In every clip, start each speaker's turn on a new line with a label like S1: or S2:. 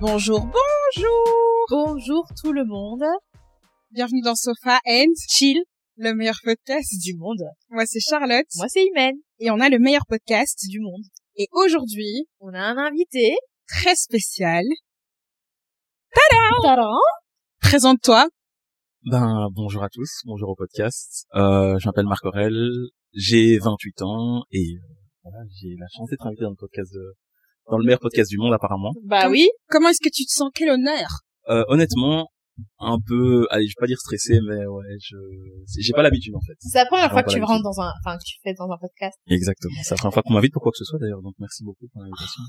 S1: Bonjour, bonjour
S2: Bonjour tout le monde.
S1: Bienvenue dans Sofa and
S2: Chill
S1: le meilleur podcast.
S2: du monde.
S1: Moi c'est Charlotte
S2: Moi c'est Imen
S1: et on a le meilleur podcast.
S2: du monde.
S1: Et aujourd'hui,
S2: On a un invité.
S1: très spécial,
S2: Tadam
S1: présente-toi.
S3: Ben bonjour à tous, bonjour au podcast. Euh, je m'appelle Marc Aurel, j'ai 28 ans et euh, voilà, j'ai la chance d'être invité dans le podcast de- dans le meilleur podcast du monde apparemment.
S2: Bah oui.
S1: Comment est-ce que tu te sens Quel honneur
S3: Euh, honnêtement, un peu, allez, je vais pas dire stressé, mais ouais, je c'est- j'ai pas l'habitude en fait.
S2: C'est la première
S3: Non,
S2: fois que
S3: pas
S2: tu
S3: du
S2: rentres
S3: tout.
S2: dans un, enfin que tu fais dans un podcast.
S3: Exactement. C'est la première fois qu'on m'invite pour quoi que ce soit d'ailleurs, donc merci beaucoup pour l'invitation.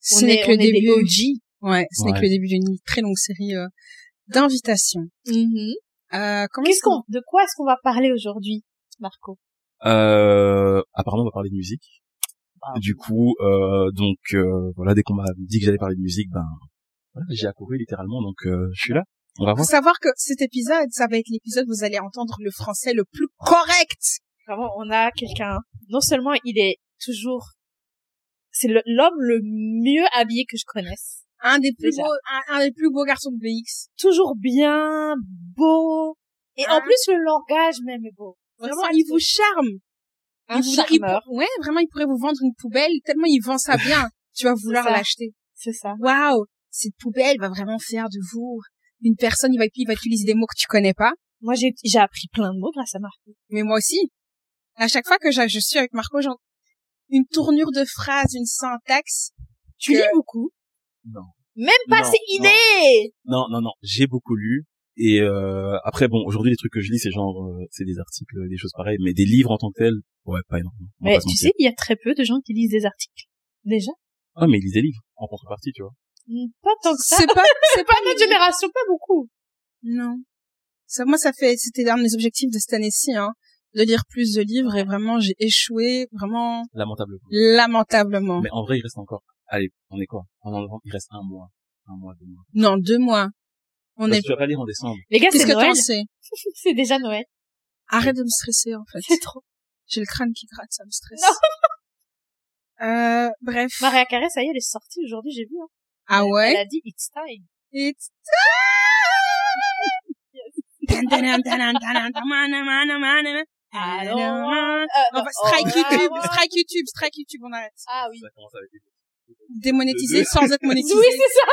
S1: Ce
S2: est-
S1: n'est que
S2: on
S1: le
S2: est des
S1: début.
S2: OG.
S1: Ouais, ce n'est
S3: Ouais.
S1: que le début d'une très longue série euh, d'invitations.
S2: Mm-hmm.
S1: Euh, comment
S2: Qu'est-ce
S1: est-ce qu'on-
S2: qu'on, de quoi est-ce qu'on va parler aujourd'hui, Marco
S3: Euh, apparemment, on va parler de musique.
S2: Wow.
S3: Du coup, euh, donc euh, voilà, dès qu'on m'a dit que j'allais parler de musique, ben voilà, j'ai accouru littéralement, donc euh, je suis là. On va
S1: Faut
S3: voir.
S1: savoir que cet épisode, ça va être l'épisode où vous allez entendre le français le plus correct.
S2: Vraiment, on a quelqu'un. Non seulement il est toujours, c'est le- l'homme le mieux habillé que je connaisse.
S1: Un des plus
S2: Déjà.
S1: beaux, un, un des plus beaux garçons de BX.
S2: Toujours bien, beau. Et en
S1: Hein
S2: plus le langage même est beau.
S1: Vraiment,
S2: Ça,
S1: il
S2: c'est-
S1: vous charme.
S2: Un
S1: il vous- il
S2: charmeur.
S1: pour- ouais, vraiment, il pourrait vous vendre une poubelle tellement il vend ça bien. tu vas vouloir
S2: ça.
S1: l'acheter.
S2: C'est ça.
S1: Waouh, cette poubelle va vraiment faire de vous une personne. Il va, il va utiliser des mots que tu connais pas.
S2: Moi, j'ai, j'ai appris plein de mots grâce à Marco.
S1: Mais moi aussi, à chaque fois que je, je suis avec Marco, j'entends une tournure de phrase, une syntaxe.
S2: Tu
S1: Que-
S2: lis beaucoup.
S3: Non.
S2: Même pas,
S3: Non,
S2: c'est
S3: non.
S2: inné!
S3: Non, non, non, j'ai beaucoup lu. Et euh, après, bon, aujourd'hui, les trucs que je lis, c'est genre, euh, c'est des articles, des choses pareilles, mais des livres en tant que tels, ouais, pas énormément. on va
S2: Mais
S3: pas se
S2: tu
S3: mentir.
S2: sais, il y a très peu de gens qui lisent des articles. Déjà.
S3: Ah, mais ils lisent des livres, en contrepartie, tu vois.
S2: Mm, Pas tant que ça.
S1: C'est pas, c'est pas
S2: Pas notre génération, pas beaucoup.
S1: Non. Ça, moi, ça fait, c'était un de mes objectifs de cette année-ci, hein, de lire plus de livres et vraiment, j'ai échoué, vraiment
S3: Lamentablement.
S1: lamentablement.
S3: Mais en vrai, il reste encore. Allez, on est quoi En novembre, il reste un mois. Un mois, deux mois.
S1: Non, deux mois. On
S3: Parce
S1: est.
S3: que Tu vas pas lire en décembre.
S2: Les gars,
S1: Qu'est-ce
S2: c'est
S1: que
S2: Noël.
S1: t'en sais
S2: c'est déjà Noël.
S1: Arrête de me stresser, en fait.
S2: C'est trop.
S1: J'ai le crâne qui gratte, ça me stresse. Euh, bref.
S2: Maria Carré, ça y est, elle est sortie aujourd'hui, j'ai vu. hein.
S1: Ah
S2: Elle
S1: ouais.
S2: a dit It's time.
S1: It's time. On
S2: bah,
S1: va strike YouTube, strike YouTube, strike YouTube, on arrête.
S2: Oh, Ah oui.
S3: Ça commence avec les-
S1: Démonétiser sans être
S2: Oui,
S1: monétisé.
S2: c'est ça.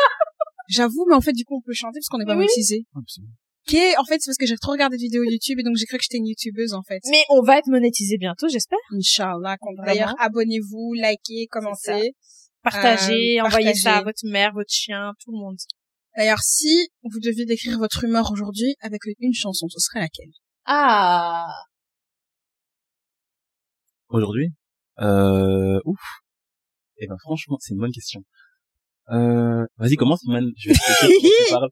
S1: J'avoue, mais en fait, du coup, on peut chanter parce qu'on n'est pas
S2: Oui.
S1: monétisé.
S3: Ah, absolument.
S1: Qui est, en fait, c'est parce que j'ai trop regardé de vidéos YouTube et donc j'ai cru que j'étais une youtubeuse, en fait.
S2: Mais on va être monétisé bientôt, j'espère.
S1: Inch'Allah. qu'on-
S2: Vraiment.
S1: D'ailleurs, abonnez-vous, likez, commentez.
S2: Partagez,
S1: Euh,
S2: envoyez ça à
S1: partagez.
S2: votre mère, votre chien, tout le monde.
S1: D'ailleurs, si vous deviez décrire votre humeur aujourd'hui avec une chanson, ce serait laquelle?
S2: Ah.
S3: Aujourd'hui, euh, ouf. Eh ben, franchement, c'est une bonne question. Euh, vas-y, commence, man. Je vais expliquer comment tu parles.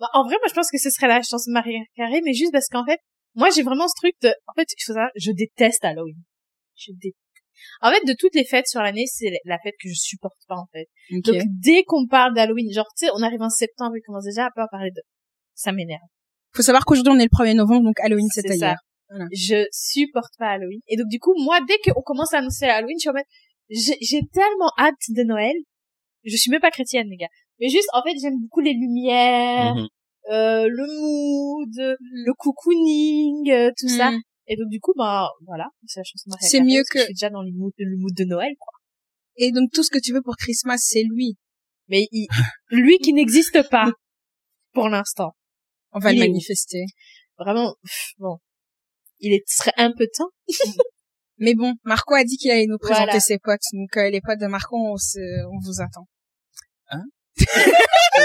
S2: Bah, en vrai, moi, je pense que ce serait la chance de Maria Carré, mais juste parce qu'en fait, moi, j'ai vraiment ce truc de, en fait, il faut savoir, je déteste Halloween. Je déteste. En fait, de toutes les fêtes sur l'année, c'est la fête que je supporte pas, en fait. Donc, dès qu'on parle d'Halloween, genre, tu sais, on arrive en septembre, et commence déjà à pas parler de, ça m'énerve.
S1: Faut savoir qu'aujourd'hui, on est le 1er novembre, donc Halloween,
S2: C'est
S1: c'était
S2: ça.
S1: hier. Voilà.
S2: Je supporte pas Halloween. Et donc, du coup, moi, dès qu'on commence à annoncer Halloween, je suis en mode, j'ai j'ai tellement hâte de Noël. Je suis même pas chrétienne, les gars. Mais juste, en fait, j'aime beaucoup les lumières,
S3: Mhm.
S2: euh, le mood, le cocooning, euh, tout ça.
S1: Hmm.
S2: Et donc du coup, bah voilà, c'est la chanson de Mariah
S1: Mhm. C'est
S2: Carey,
S1: mieux
S2: parce
S1: que-
S2: je suis déjà dans le mood, le mood de Noël, quoi.
S1: Et donc, tout ce que tu veux pour Christmas, c'est lui.
S2: Mais il- lui qui n'existe pas pour l'instant,
S1: On va
S2: Il
S1: le
S2: est où
S1: manifester.
S2: vraiment, pff, bon, il est serait un peu temps.
S1: Mais bon, Marco a dit qu'il allait nous présenter
S2: Voilà.
S1: ses potes. Donc, euh, les potes de Marco, on, se- on vous attend.
S3: Je savais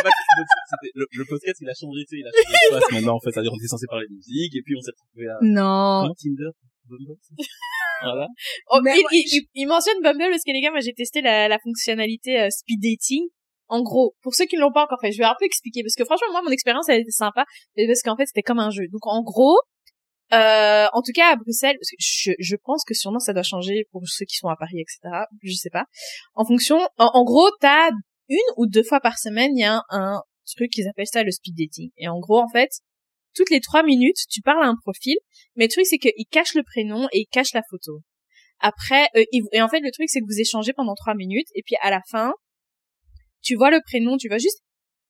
S3: pas que c'était- le, le podcast, il a changé, tu sais, il a changé de place. Maintenant, en fait, c'est-à-dire, on était censé parler de musique, et puis on s'est retrouvé à,
S1: Non.
S3: comment Tinder? Bumble, c'est ça Voilà.
S2: Oh,
S1: Mais
S2: il,
S1: moi,
S2: il- il- il mentionne Bumble parce que les gars, moi j'ai testé la, la fonctionnalité euh, speed dating. En gros, pour ceux qui ne l'ont pas encore fait, je vais un peu expliquer parce que franchement, moi mon expérience elle était sympa, mais parce qu'en fait c'était comme un jeu. Donc en gros, euh, en tout cas à Bruxelles, parce que je, je pense que sûrement ça doit changer pour ceux qui sont à Paris, etc. Je sais pas. En fonction, en, en gros, t'as une ou deux fois par semaine, il y a un, un truc qu'ils appellent ça le speed dating. Et en gros, en fait, toutes les trois minutes, tu parles à un profil, mais le truc c'est qu'ils cachent le prénom et ils cachent la photo. Après, euh, et, vous- et en fait, le truc, c'est que vous échangez pendant trois minutes, et puis à la fin, tu vois le prénom, tu vois juste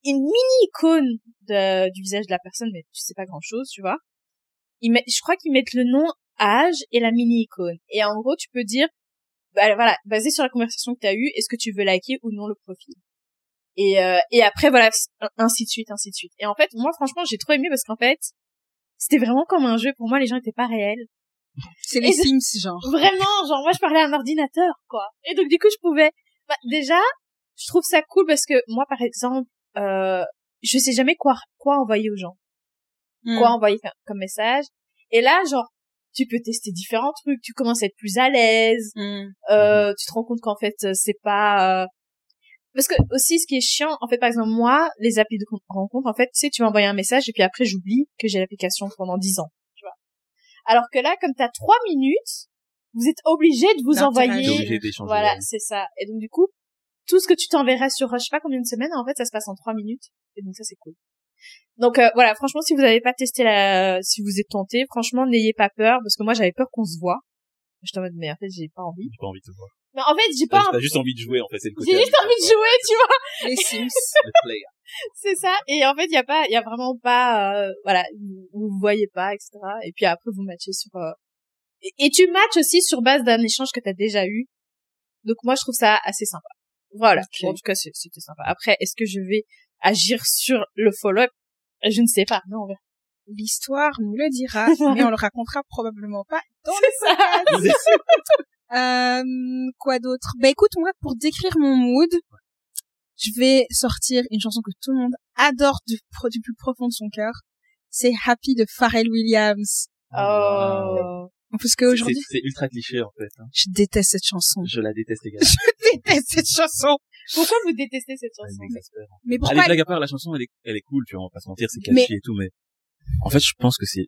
S2: une mini icône de- du visage de la personne, mais tu sais pas grand chose, tu vois. Ils mettent, je crois qu'ils mettent le nom, âge et la mini icône. Et en gros, tu peux dire, bah, voilà, basé sur la conversation que t'as eue, est-ce que tu veux liker ou non le profil. Et, euh, et après, voilà, ainsi de suite, ainsi de suite. Et en fait, moi, franchement, j'ai trop aimé parce qu'en fait, c'était vraiment comme un jeu. Pour moi, les gens étaient pas réels.
S1: C'est les
S2: Et-
S1: Sims, genre.
S2: Vraiment, genre moi je parlais à un ordinateur, quoi. Et donc du coup je pouvais. Bah, déjà, je trouve ça cool parce que moi par exemple, euh, je sais jamais quoi quoi envoyer aux gens,
S1: Hmm.
S2: quoi envoyer comme- comme message. Et là genre tu peux tester différents trucs, tu commences à être plus à l'aise,
S1: Hmm.
S2: euh, tu te rends compte qu'en fait euh, c'est pas euh, parce que aussi ce qui est chiant en fait par exemple moi les applis de con- rencontre en fait tu sais tu m'envoies un message et puis après j'oublie que j'ai l'application pendant 10 ans tu vois alors que là comme t'as trois minutes vous êtes obligé de vous
S1: D'interagir.
S3: T'es
S1: Et-
S2: envoyer
S3: obligé d'échanger.
S2: voilà
S3: ouais.
S2: c'est ça et donc du coup tout ce que tu t'enverras sur euh, je sais pas combien de semaines en fait ça se passe en trois minutes et donc ça c'est cool donc euh, voilà franchement si vous n'avez pas testé la si vous êtes tenté franchement n'ayez pas peur parce que moi j'avais peur qu'on se voit j'étais en mode mais en fait j'ai pas envie
S3: J'ai pas envie de te voir.
S2: mais en fait j'ai pas
S3: T'as t'as juste envie de jouer, en fait, c'est le côté.
S2: j'ai juste envie de jouer, tu vois.
S1: Les Sims.
S3: Le player.
S2: C'est ça. Et en fait, il y a pas, il y a vraiment pas, euh, voilà, vous, vous voyez pas, etc. Et puis après, vous matchez sur. euh, Et, et tu matches aussi sur base d'un échange que t'as déjà eu. Donc moi, je trouve ça assez sympa. Voilà.
S1: Ok.
S2: En tout cas, c'est- c'était sympa. Après, est-ce que je vais agir sur le follow-up Je ne sais pas. Non, on verra.
S1: L'histoire nous le dira, mais on le racontera probablement pas dans le
S2: C'est ça.
S1: Euh, quoi d'autre Bah écoute, moi, pour décrire mon mood, je vais sortir une chanson que tout le monde adore du, pro- du plus profond de son cœur. C'est Happy de Pharrell Williams.
S3: Ah,
S2: Oh.
S1: Parce
S3: C'est-
S1: qu'aujourd'hui,
S3: C'est c'est ultra cliché, en fait. hein.
S1: je déteste cette chanson.
S3: Je la déteste également.
S1: Je déteste cette chanson.
S2: Pourquoi vous détestez cette
S3: Elle
S2: chanson
S3: m'exaspère.
S1: Mais
S3: Allez,
S1: pourquoi
S3: blague à part, la chanson, elle est, elle est cool, tu vois, on va pas se mentir, c'est
S1: Mais-
S3: catchy et tout, mais en fait, je pense que c'est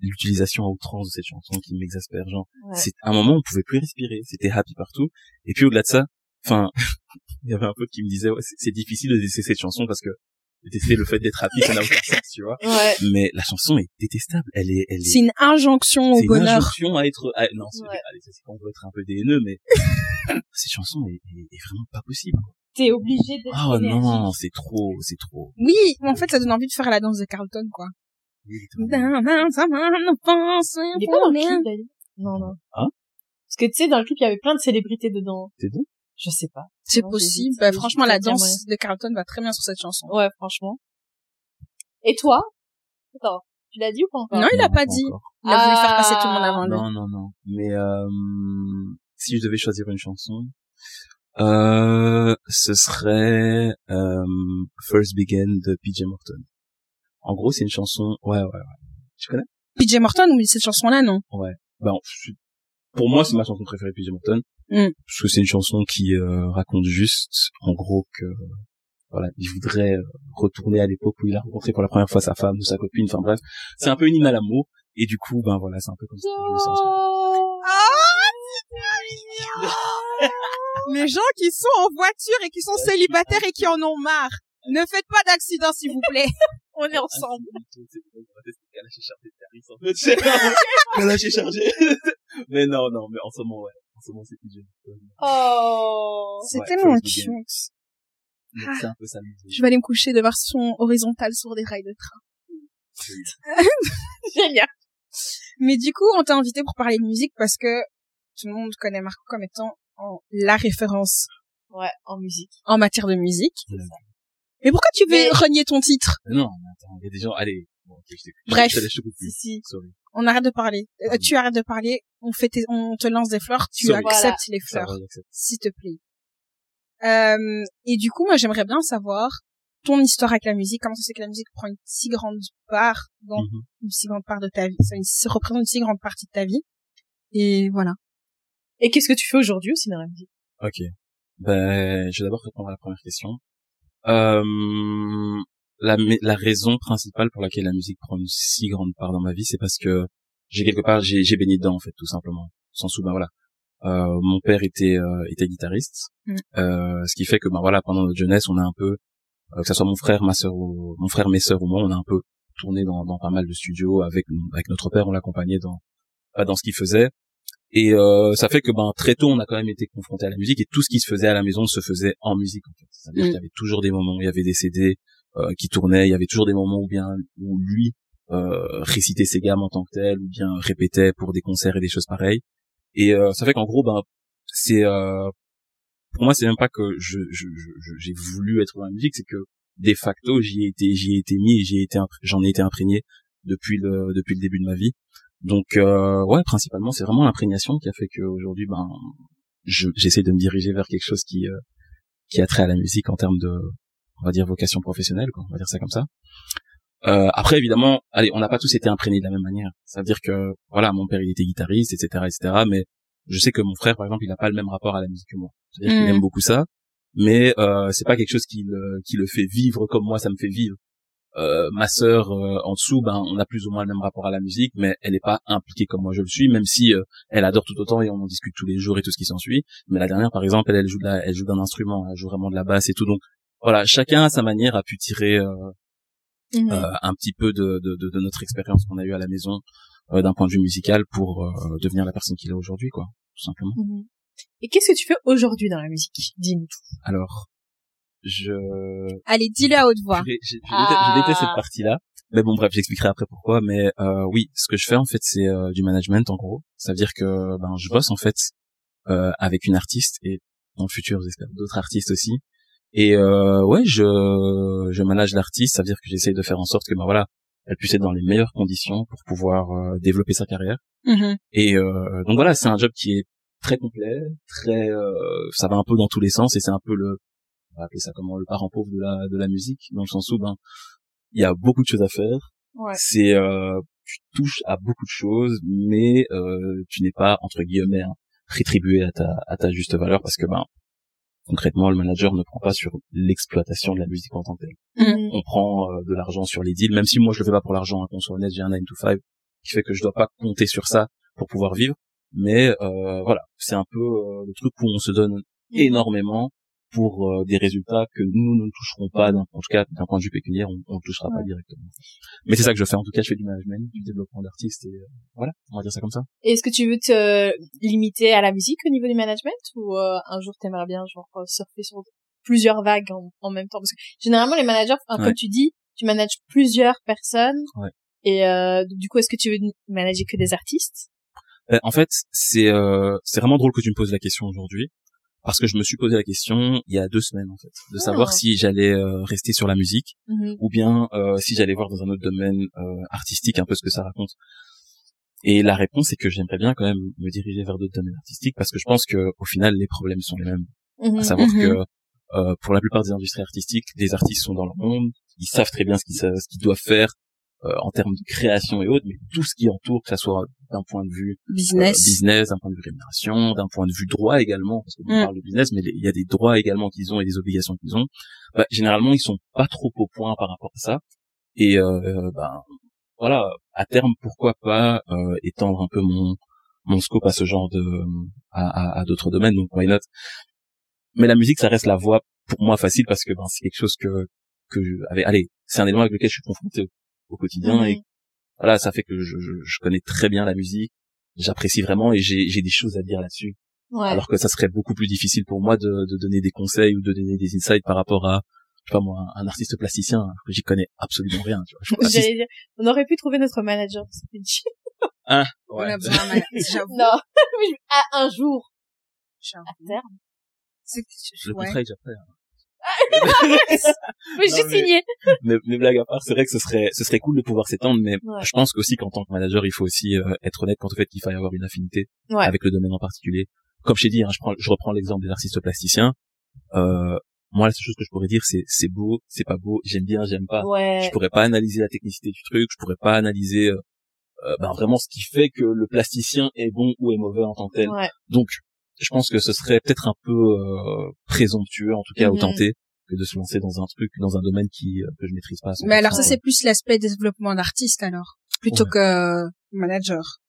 S3: l'utilisation à outrance de cette chanson qui m'exaspère, genre,
S2: Ouais.
S3: c'est à un moment, on pouvait plus respirer, c'était happy partout, et puis au-delà de ça, enfin, il y avait un pote qui me disait, ouais, c'est- c'est difficile de détester cette chanson parce que détester le fait d'être happy, ça n'a aucun sens, tu vois,
S2: Ouais.
S3: mais la chanson est détestable, elle est, elle est,
S1: C'est une injonction au
S3: c'est une
S1: bonheur.
S3: injonction à être, à- non, c'est,
S2: Ouais.
S3: allez, c'est qu'on veut être un peu déneux, mais cette chanson est, est- est vraiment pas possible.
S2: T'es obligé de.
S3: Oh non, c'est trop, c'est trop.
S1: Oui, en fait, ça donne envie de faire la danse de Carlton, quoi. D'un ça m'en pense,
S2: Il est pas dans le
S1: rien.
S2: clip, d'ailleurs. Non, non.
S3: Hein
S2: Parce que tu sais, dans le clip, il y avait plein de célébrités dedans.
S3: C'est bon?
S2: Je sais pas.
S1: C'est
S2: Non,
S1: possible.
S2: j'hésite,
S1: Bah,
S2: j'hésite
S1: franchement, la
S2: à dire
S1: danse de Carlton va très bien sur cette chanson.
S2: Ouais, franchement. Et toi Attends, tu l'as dit ou Ah, pas encore
S1: Non, il a
S3: Non,
S1: pas
S3: pas
S1: dit.
S3: encore.
S1: Il a voulu faire passer
S2: Ah.
S1: tout le monde avant lui.
S3: Non, non, non. Mais euh, si je devais choisir une chanson, euh, ce serait euh, First Begin de PJ Morton. En gros, c'est une chanson. Ouais, ouais, ouais. Tu connais
S1: PJ Morton oublie cette chanson-là, non
S3: Ben, je- pour moi, c'est ma chanson préférée de PJ Morton.
S1: Mm.
S3: Parce que c'est une chanson qui euh, raconte juste, en gros, que voilà, il voudrait euh, retourner à l'époque où il a rencontré pour la première fois sa femme ou sa copine. Enfin bref, c'est un peu une hymne à l'amour. Et du coup, ben voilà, c'est un peu comme ça. que je me sens en ce moment.
S2: Oh
S1: Ah, Les gens qui sont en voiture et qui sont célibataires et qui en ont marre, ne faites pas d'accident, s'il vous plaît.
S2: On
S3: Ah,
S2: est ensemble.
S3: Calaché chargé. Mais non, non, mais en ce moment, ouais. En ce moment, c'est plus
S2: Oh
S1: C'est
S3: Ouais,
S1: tellement
S3: First
S1: cute.
S3: Begin. C'est un peu ça. musique.
S1: Je vais aller me coucher de version horizontale sur des rails de train.
S2: Génial.
S1: Mais du coup, on t'a invité pour parler de musique parce que tout le monde connaît Marco comme étant en- la référence
S2: Ouais, en musique.
S1: en matière de musique.
S3: C'est ça.
S1: Mais pourquoi tu veux
S2: Mais-
S1: renier ton titre
S3: Mais Non, mais attends, il y a des gens, allez. Bon, ok, je t'écoute. Je-
S1: Bref.
S3: Je te laisse, je te coupe plus.
S2: si.
S3: Sorry.
S1: On arrête de parler. Euh,
S3: Pardon.
S1: tu arrêtes de parler. On fait tes- on te lance des fleurs. Tu
S3: Sorry.
S1: acceptes
S2: Voilà.
S1: les
S3: Ça
S1: fleurs.
S3: va, j'accepte.
S1: s'il te plaît. Euh, et du coup, moi, j'aimerais bien savoir ton histoire avec la musique. Comment ça se fait que la musique prend une si grande part dans
S3: Mhm.
S1: une si grande part de ta vie Ça une- ça représente une si grande partie de ta vie. Et voilà.
S2: Et qu'est-ce que tu fais aujourd'hui aussi dans la musique
S3: Ok. Ben, je vais d'abord répondre à la première question. Euh, la, mais la raison principale pour laquelle la musique prend une si grande part dans ma vie, c'est parce que j'ai quelque part, j'ai j'ai baigné dedans, en fait, tout simplement. Sans sous, ben voilà. Euh, mon père était, euh, était guitariste.
S1: Mm.
S3: Euh, ce qui fait que, ben voilà, pendant notre jeunesse, on a un peu, euh, que ça soit mon frère, ma sœur, ou- mon frère, mes sœurs ou moi, on a un peu tourné dans, dans pas mal de studios avec, avec notre père, on l'accompagnait dans, pas dans ce euh, qu'il faisait. Et euh, ça fait que ben très tôt on a quand même été confronté à la musique et tout ce qui se faisait à la maison se faisait en musique. En fait. C'est-à-dire
S4: Mm.
S3: qu'il y avait toujours des moments où il y avait des CD euh, qui tournaient, il y avait toujours des moments où bien où lui euh, récitait ses gammes en tant que tel ou bien répétait pour des concerts et des choses pareilles. Et euh, ça fait qu'en gros ben c'est euh, pour moi c'est même pas que je je- je- je- j'ai voulu être dans la musique, c'est que de facto j'y ai été j'y ai été mis et j'y ai été impr- j'en ai été imprégné depuis le depuis le début de ma vie. Donc euh, ouais, principalement c'est vraiment l'imprégnation qui a fait qu'aujourd'hui ben je- j'essaie de me diriger vers quelque chose qui euh, qui a trait à la musique en termes de on va dire vocation professionnelle quoi, on va dire ça comme ça. Euh, après évidemment, allez, on n'a pas tous été imprégnés de la même manière. Ça veut dire que voilà, mon père il était guitariste, etc., etc. Mais je sais que mon frère par exemple il n'a pas le même rapport à la musique que moi. C'est-à-dire qu'il
S4: Mm.
S3: aime beaucoup ça, mais euh, c'est pas quelque chose qui le, qui le fait vivre comme moi ça me fait vivre. Euh, ma sœur euh, en dessous, ben on a plus ou moins le même rapport à la musique, mais elle n'est pas impliquée comme moi je le suis, même si euh, elle adore tout autant et on en discute tous les jours et tout ce qui s'ensuit. Mais la dernière, par exemple, elle, elle joue de la- elle joue d'un instrument, elle joue vraiment de la basse et tout. Donc voilà, chacun à sa manière a pu tirer euh,
S2: Mhm.
S3: euh, un petit peu de, de, de- de notre expérience qu'on a eue à la maison euh, d'un point de vue musical pour euh, devenir la personne qu'il est aujourd'hui, quoi, tout simplement.
S2: Mhm. Et qu'est-ce que tu fais aujourd'hui dans la musique Dis-nous tout.
S3: Alors, je
S1: Allez, dis-le à haute voix.
S3: Je, dé- je- je déteste-
S2: Ah.
S3: je déteste cette partie-là. Mais bon, bref, j'expliquerai après pourquoi. Mais euh, oui, ce que je fais en fait, c'est euh, du management en gros. Ça veut dire que ben je bosse en fait euh, avec une artiste et dans le futur, j'espère d'autres artistes aussi. Et euh, ouais, je je manage l'artiste. Ça veut dire que j'essaye de faire en sorte que ben voilà, elle puisse être dans les meilleures conditions pour pouvoir euh, développer sa carrière.
S2: Mm-hmm.
S1: Mhm.
S3: Et euh, donc voilà, c'est un job qui est très complet, très, euh, ça va un peu dans tous les sens et c'est un peu le, on va appeler ça comment, le parent pauvre de la de la musique dans le sens où ben il y a beaucoup de choses à faire.
S2: Ouais.
S3: C'est euh, tu touches à beaucoup de choses, mais euh, tu n'es pas entre guillemets hein, rétribué à ta à ta juste valeur parce que ben concrètement le manager ne prend pas sur l'exploitation de la musique en tant que telle
S1: Mhm.
S3: on prend euh, de l'argent sur les deals, même si moi je le fais pas pour l'argent, hein, qu'on soit honnête, j'ai un 9 to 5 qui fait que je dois pas compter sur ça pour pouvoir vivre, mais euh, voilà, c'est un peu euh, le truc où on se donne énormément pour euh, des résultats que nous ne toucherons pas, d'un- en tout cas d'un point de vue pécuniaire, on on ne touchera pas directement. Mais c'est ça que je fais, en tout cas je fais du management, du développement d'artistes, et euh, voilà, on va dire ça comme ça.
S2: Et est-ce que tu veux te limiter à la musique au niveau du management ou euh, un jour t'aimerais bien genre euh, surfer sur plusieurs vagues en, en même temps parce que généralement les managers enfin,
S3: Ouais.
S2: comme tu dis tu manages plusieurs personnes
S3: Ouais.
S2: et euh, donc, du coup est-ce que tu veux n- manager que des artistes
S3: Euh, en fait, c'est euh, c'est vraiment drôle que tu me poses la question aujourd'hui parce que je me suis posé la question il y a deux semaines en fait de
S2: Ah.
S3: savoir si j'allais euh, rester sur la musique ou bien euh, si j'allais voir dans un autre domaine euh, artistique un peu ce que ça raconte. Et la réponse c'est que j'aimerais bien quand même me diriger vers d'autres domaines artistiques parce que je pense que au final les problèmes sont les mêmes.
S2: Mm-hmm. Mm,
S3: À savoir
S1: Mhm.
S3: que euh, pour la plupart des industries artistiques, les artistes sont dans leur monde, ils savent très bien ce qu'ils sa- ce qu'ils doivent faire euh, en termes de création et autres, mais tout ce qui entoure, que ça soit d'un point de vue euh,
S1: Business.
S3: business, d'un point de vue rémunération, d'un point de vue droit également, parce qu'on
S1: Mm.
S3: parle de business, mais les- il y a des droits également qu'ils ont et des obligations qu'ils ont. Bah, généralement, ils sont pas trop au point par rapport à ça. Et euh, euh, ben voilà, à terme, pourquoi pas euh, étendre un peu mon mon scope à ce genre de à, à- à d'autres domaines, donc why not Mais la musique, ça reste la voie pour moi facile parce que ben c'est quelque chose que que je, avec- allez, c'est un élément avec lequel je suis confronté au, au
S2: Mm-hmm.
S3: quotidien
S1: Mm.
S3: et voilà, ça fait que je, je, je connais très bien la musique, j'apprécie vraiment et j'ai j'ai des choses à dire là-dessus.
S2: ouais
S3: Alors que ça serait beaucoup plus difficile pour moi de, de donner des conseils ou de donner des insights par rapport à, je sais pas moi, un artiste plasticien, alors que j'y connais absolument rien. Tu vois. Je suis pas artiste.
S2: J'allais dire, on aurait pu trouver notre manager pour cette émission.
S1: On a besoin d'un manager, j'avoue.
S2: non Mais je- à un jour à terme
S1: C'est-
S3: Le
S1: ouais.
S3: contrat est déjà prêt,
S2: mais
S3: Non,
S2: j'ai
S3: mais-
S2: signé
S3: mais, mais blague à part, c'est vrai que ce serait, ce serait cool de pouvoir s'étendre, mais
S2: Ouais.
S3: je pense qu'aussi qu'en tant que manager, il faut aussi euh, être honnête quant au fait qu'il faille avoir une affinité
S2: Ouais.
S3: avec le domaine en particulier. Comme je t'ai dit, hein, je, prends, je reprends l'exemple des artistes plasticiens. Euh, moi, la seule chose que je pourrais dire, c'est c'est beau, c'est pas beau, j'aime bien, j'aime pas.
S2: ouais
S3: Je pourrais pas analyser la technicité du truc, je pourrais pas analyser euh, euh, ben vraiment ce qui fait que le plasticien est bon ou est mauvais en tant que tel.
S2: ouais
S3: Donc, je pense que ce serait peut-être un peu euh, présomptueux, en tout cas,
S2: Mhm.
S3: au tenter, que de se lancer dans un truc, dans un domaine qui euh, que je maîtrise pas. à 100%.
S1: Mais alors ça c'est plus l'aspect développement d'artiste alors, plutôt
S3: Ouais.
S1: que manager.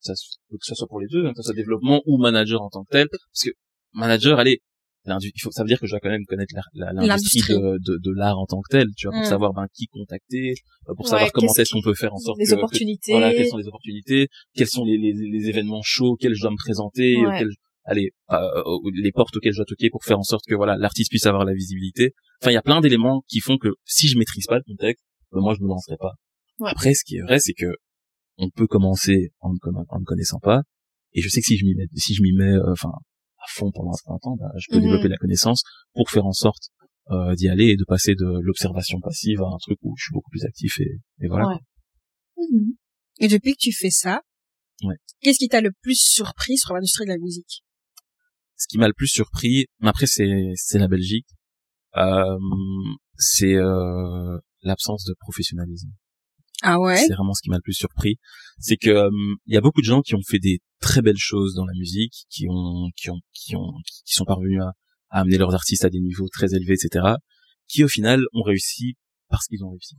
S3: ça, se- que ça soit pour les deux, hein, que ça soit développement ou manager en tant que tel, parce que manager, allez, l'indu- il faut, ça veut dire que je dois quand même connaître la- la- l'industrie
S1: L'industrie.
S3: de, de, de l'art en tant que tel, tu vois, pour
S1: Mm.
S3: savoir ben, qui contacter, euh, pour
S2: Ouais,
S3: savoir comment
S2: qu'est-ce
S3: est-ce qu'on peut faire en sorte
S2: les
S3: que, que-
S2: opportunités.
S3: voilà, quelles sont les opportunités, quels sont les, les, les événements chauds auxquels je dois me présenter,
S2: Ouais.
S3: auxquels je- allez, euh, aux- les portes auxquelles je dois toquer pour faire en sorte que voilà l'artiste puisse avoir la visibilité. Enfin, il y a plein d'éléments qui font que si je maîtrise pas le contexte, ben, moi je me lancerai pas.
S2: Ouais.
S3: Après, ce qui est vrai, c'est que on peut commencer en ne, conna- en ne connaissant pas, et je sais que si je m'y mets, si je m'y mets, euh, enfin à fond pendant un certain temps, ben, je peux
S2: Mhm.
S3: développer la connaissance pour faire en sorte euh, d'y aller et de passer de l'observation passive à un truc où je suis beaucoup plus actif et, et voilà.
S2: Ouais.
S1: Mhm. Et depuis que tu fais ça,
S3: Ouais.
S1: qu'est-ce qui t'a le plus surpris sur l'industrie de la musique
S3: ce qui m'a le plus surpris, mais après c'est c'est la Belgique, euh, c'est euh, l'absence de professionnalisme.
S1: Ah ouais
S3: C'est vraiment ce qui m'a le plus surpris, c'est que euh, il y a beaucoup de gens qui ont fait des très belles choses dans la musique, qui ont qui ont qui ont qui sont parvenus à, à amener leurs artistes à des niveaux très élevés, etc. Qui au final ont réussi parce qu'ils ont réussi.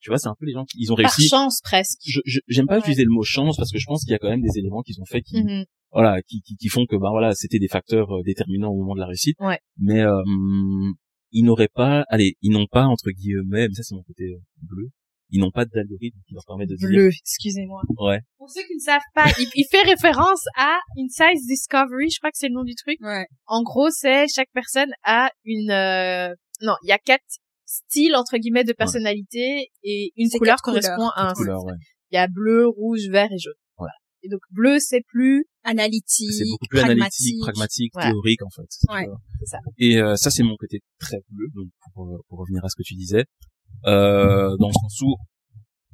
S3: Tu vois, c'est un peu les gens qui ils ont
S2: Par
S3: réussi.
S2: chance, presque.
S3: Je je- j'aime pas
S2: Ouais.
S3: utiliser le mot chance parce que je pense qu'il y a quand même des éléments qu'ils ont fait qui
S2: Mhm.
S3: voilà qui, qui, qui font que ben voilà c'était des facteurs euh, déterminants au moment de la réussite
S2: Ouais.
S3: mais euh, ils n'auraient pas allez ils n'ont pas entre guillemets mais ça c'est mon côté euh, bleu ils n'ont pas d'algorithme qui leur permet de dire
S2: Bleu, excusez-moi.
S3: ouais
S2: Pour ceux qui ne savent pas, il, il fait référence à Inside Discovery, je crois que c'est le nom du truc.
S1: Ouais.
S2: En gros, c'est chaque personne a une euh, non, il y a quatre styles entre guillemets de personnalité et une
S1: C'est
S2: couleur
S1: quatre
S2: correspond à un
S3: couleur ouais
S2: Il y a bleu, rouge, vert et jaune.
S3: Voilà.
S2: Et donc bleu c'est plus
S1: Analytique,
S3: c'est beaucoup plus analytique pragmatique
S2: Voilà.
S3: théorique en fait
S1: Ouais,
S3: tu vois.
S2: c'est ça.
S3: et euh, ça c'est mon côté très bleu donc pour, euh, pour revenir à ce que tu disais euh, dans le sens où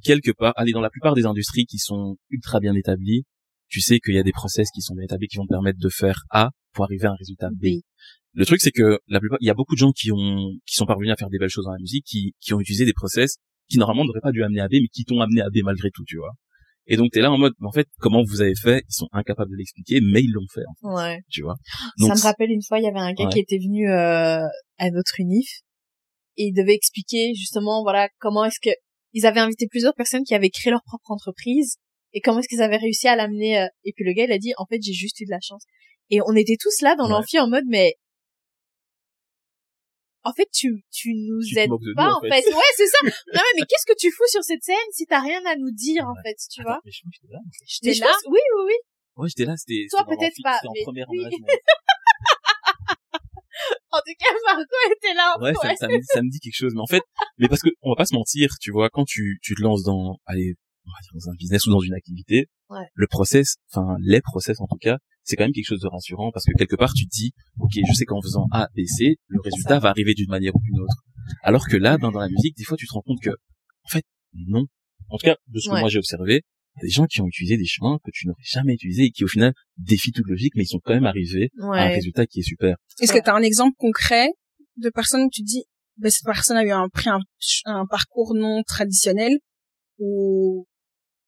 S3: quelque part allez dans la plupart des industries qui sont ultra bien établies tu sais qu'il y a des process qui sont bien établis qui vont te permettre de faire A pour arriver à un résultat B.
S2: B.
S3: Le truc c'est que la plupart, il y a beaucoup de gens qui ont qui sont parvenus à faire des belles choses dans la musique, qui qui ont utilisé des process qui normalement n'auraient pas dû amener à B, mais qui t'ont amené à B malgré tout, tu vois. Et donc t'es là en mode, mais en fait, comment vous avez fait Ils sont incapables de l'expliquer, mais ils l'ont fait, en
S2: Ouais.
S3: fait, tu vois. Donc,
S2: ça me rappelle une fois, il y avait un gars
S3: Ouais.
S2: qui était venu euh, à notre unif et il devait expliquer justement voilà comment est-ce que ils avaient invité plusieurs personnes qui avaient créé leur propre entreprise et comment est-ce qu'ils avaient réussi à l'amener euh, et puis le gars il a dit en fait j'ai juste eu de la chance et on était tous là dans
S3: Ouais.
S2: l'amphi en mode mais en fait tu tu nous
S3: Tu te
S2: aides
S3: moques de nous,
S2: pas
S3: en
S2: en fait,
S3: fait.
S2: ouais c'est ça non mais, mais qu'est-ce que tu fous sur cette scène si t'as rien à nous dire en fait tu
S3: Attends,
S2: vois
S3: Ah, mais je crois que j'étais là.
S2: Mais
S1: J'étais
S2: je
S1: là,
S2: pense- oui oui oui
S3: Ouais, j'étais là, c'était. c'était
S2: Toi,
S3: dans
S2: peut-être
S3: l'amphi,
S2: pas,
S3: c'était en
S2: mais
S3: première
S2: oui.
S3: hommage,
S2: en tout cas Margot était là en
S3: Ouais, ça, ça me, ça me dit quelque chose. Mais en fait, mais parce que on va pas se mentir, tu vois, quand tu, tu te lances dans, allez, on va dire dans un business ou dans une activité,
S2: Ouais.
S3: le process, enfin les process en tout cas, c'est quand même quelque chose de rassurant parce que quelque part tu te dis, ok, je sais qu'en faisant A, B, C, le résultat va arriver d'une manière ou d'une autre. Alors que là, ben, dans la musique, des fois tu te rends compte que, en fait, non. En tout cas, de ce que
S2: Ouais.
S3: moi j'ai observé, il y a des gens qui ont utilisé des chemins que tu n'aurais jamais utilisés et qui au final défient toute logique, mais ils sont quand même arrivés à un
S2: Ouais.
S3: résultat qui est super.
S1: Est-ce
S2: Ouais.
S1: que tu as un exemple concret de personne où tu te dis, ben, cette personne a eu un, pris un, un parcours non traditionnel ou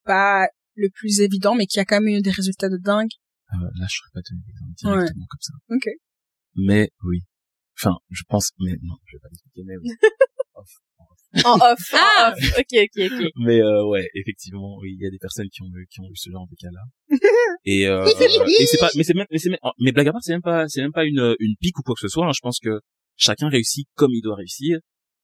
S1: pas le plus évident, mais qui a quand même eu des résultats de dingue
S3: Euh, là, je ne pas te donner des
S1: Ouais.
S3: directement comme ça.
S1: Ok.
S3: Mais oui. Enfin, je pense, mais non, je vais pas l'expliquer, mais oui.
S2: en off. en
S1: Ah
S2: off. ok, ok, ok.
S3: mais euh, ouais, effectivement, oui, il y a des personnes qui ont eu, qui ont eu ce genre de cas-là. Et, euh, et c'est pas, mais c'est même, mais c'est même, oh, mais blague à part, c'est même pas, c'est même pas une, une pique ou quoi que ce soit. hein. Je pense que chacun réussit comme il doit réussir.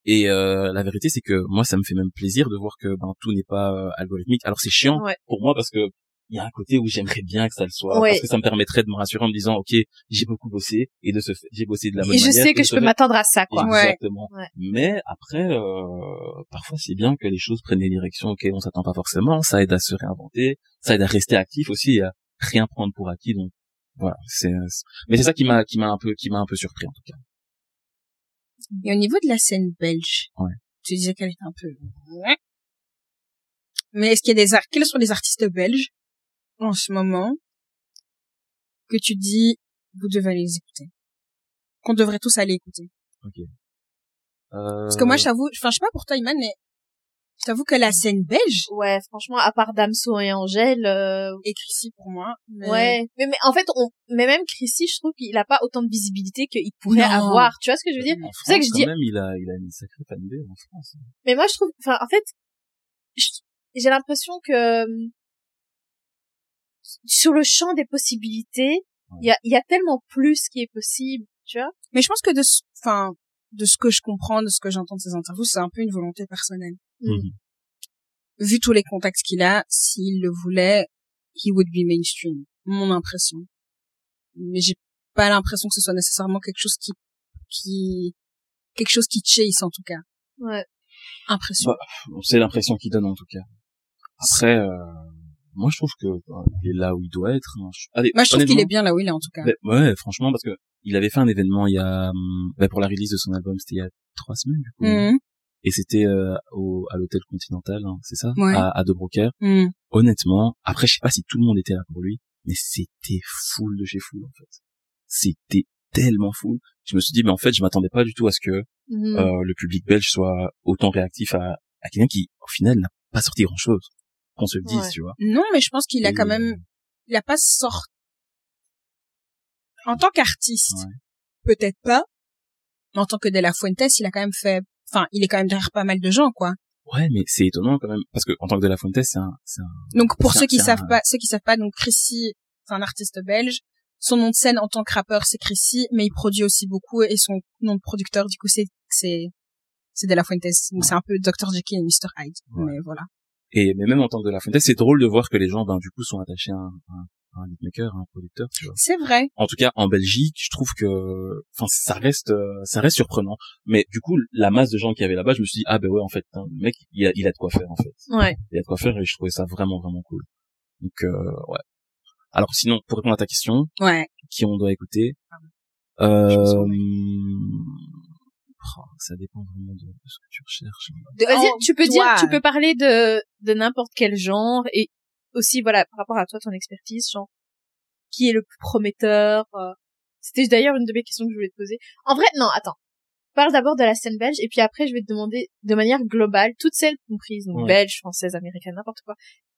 S3: Et euh, la vérité, c'est que moi, ça me fait même plaisir de voir que ben tout n'est pas euh, algorithmique. Alors c'est chiant
S2: Ouais.
S3: pour moi parce que il y a un côté où j'aimerais bien que ça le soit
S2: Ouais.
S3: parce que ça me permettrait de me rassurer en me disant ok j'ai beaucoup bossé et de ce fait j'ai bossé de la bonne
S2: Et je
S3: manière
S2: sais
S3: et
S2: que
S3: de
S2: je
S3: ce
S2: peux
S3: fait,
S2: m'attendre à ça, quoi.
S1: Ouais.
S3: Exactement.
S2: Ouais.
S3: Mais après, euh, parfois c'est bien que les choses prennent des directions auxquelles on s'attend pas forcément. Ça aide à se réinventer, ça aide à rester actif aussi et à rien prendre pour acquis. Donc voilà. C'est, c'est- mais c'est ça qui m'a qui m'a un peu qui m'a un peu surpris en tout cas.
S1: Et au niveau de la scène belge,
S3: Ouais.
S1: tu disais qu'elle était un peu... Ouais. Mais est-ce qu'il y a des... ar- Quels sont les artistes belges en ce moment que tu dis, vous devez les écouter Qu'on devrait tous aller écouter
S3: Euh,
S1: Parce que moi, j'avoue... Enfin, je sais pas pour toi, Iman, mais j'avoue que la scène belge
S2: Ouais, franchement, à part Damso et Angèle, euh,
S1: est ici pour moi. mais-
S2: ouais. Mais, mais en fait, on, mais même Chrissy, je trouve qu'il a pas autant de visibilité qu'il pourrait
S1: Non.
S2: avoir. Tu vois ce que je veux dire
S3: en
S2: c'est ça que
S3: France,
S2: je
S3: quand
S2: dis-
S3: même, il a il a une sacrée fanbase en France.
S2: Mais moi, je trouve, enfin, en fait, je- j'ai l'impression que euh, sur le champ des possibilités, il y a, il y a tellement plus qui est possible tu vois
S1: Mais je pense que de, ce- enfin, de ce que je comprends, de ce que j'entends de ses interviews, c'est un peu une volonté personnelle.
S3: Mhm.
S1: Vu tous les contacts qu'il a, s'il le voulait, he would be mainstream. Mon impression. Mais j'ai pas l'impression que ce soit nécessairement quelque chose qui, qui, quelque chose qui chase en tout cas.
S2: Ouais.
S1: Impression.
S3: Bah, C'est l'impression qu'il donne en tout cas. Après, euh, moi je trouve que euh, il est là où il doit être. hein. Je- Allez,
S1: Moi, je trouve qu'il est
S3: honnêtement,
S1: bien là où il est en tout cas.
S3: ben, ouais, franchement, parce que il avait fait un événement il y a hum, ben, pour la release de son album, c'était il y a trois semaines du coup.
S1: Mhm.
S3: Et c'était euh, au à l'hôtel Continental, hein, c'est ça,
S1: Ouais.
S3: à, à De Broca.
S1: Mhm.
S3: Honnêtement, après je sais pas si tout le monde était là pour lui, mais c'était full de chez full en fait. C'était tellement full. Je me suis dit mais en fait je m'attendais pas du tout à ce que
S1: Mm.
S2: Mhm.
S3: euh, le public belge soit autant réactif à, à quelqu'un qui, au final, n'a pas sorti grand-chose. Qu'on se le dise,
S2: Ouais.
S3: tu vois.
S1: Non, mais je pense qu'il a
S3: Et-
S1: quand même, il a pas sorti. En tant qu'artiste,
S3: Ouais.
S1: peut-être pas. Mais en tant que De La Fuentes, il a quand même fait, enfin, il est quand même derrière pas mal de gens, quoi.
S3: Ouais, mais c'est étonnant quand même, parce que en tant que De La Fuente, c'est un, c'est un-
S1: Donc, pour
S3: C'est un-
S1: ceux qui
S3: c'est un-
S1: savent pas, ceux qui savent pas, donc Chrissy, c'est un artiste belge. Son nom de scène en tant que rappeur, c'est Chrissy, mais il produit aussi beaucoup et son nom de producteur, du coup, c'est, c'est, c'est De La Fuentes. Donc, c'est un peu Dr. Jekyll et Mr. Hyde.
S3: Ouais.
S1: Mais voilà.
S3: et mais même en tant que De La Fuente, c'est drôle de voir que les gens, ben du coup, sont attachés à un, à un beatmaker, à un producteur. Tu vois.
S1: C'est vrai.
S3: En tout cas, en Belgique, je trouve que, enfin, ça reste, euh, ça reste surprenant. Mais du coup, la masse de gens qui avaient là-bas, je me suis dit, ah ben ouais, en fait, putain, le mec, il a, il a de quoi faire, en fait.
S2: Ouais.
S3: il y a de quoi faire et je trouvais ça vraiment vraiment cool. Donc euh, ouais. Alors sinon pour répondre à ta question,
S1: Ouais.
S3: qui on doit écouter
S1: Je pense
S3: euh... hmm,
S1: que
S3: oh, ça dépend vraiment de, de ce que tu recherches.
S2: De- vas-y,
S1: Oh,
S2: tu peux
S1: toi.
S2: dire, tu peux parler de de n'importe quel genre et aussi voilà par rapport à toi ton expertise, genre qui est le plus prometteur. euh. C'était d'ailleurs une de mes questions que je voulais te poser. En vrai, non, attends. Parle d'abord de la scène belge et puis après je vais te demander de manière globale toutes celles comprises, donc
S3: Ouais.
S2: belge, française, américaine, n'importe quoi.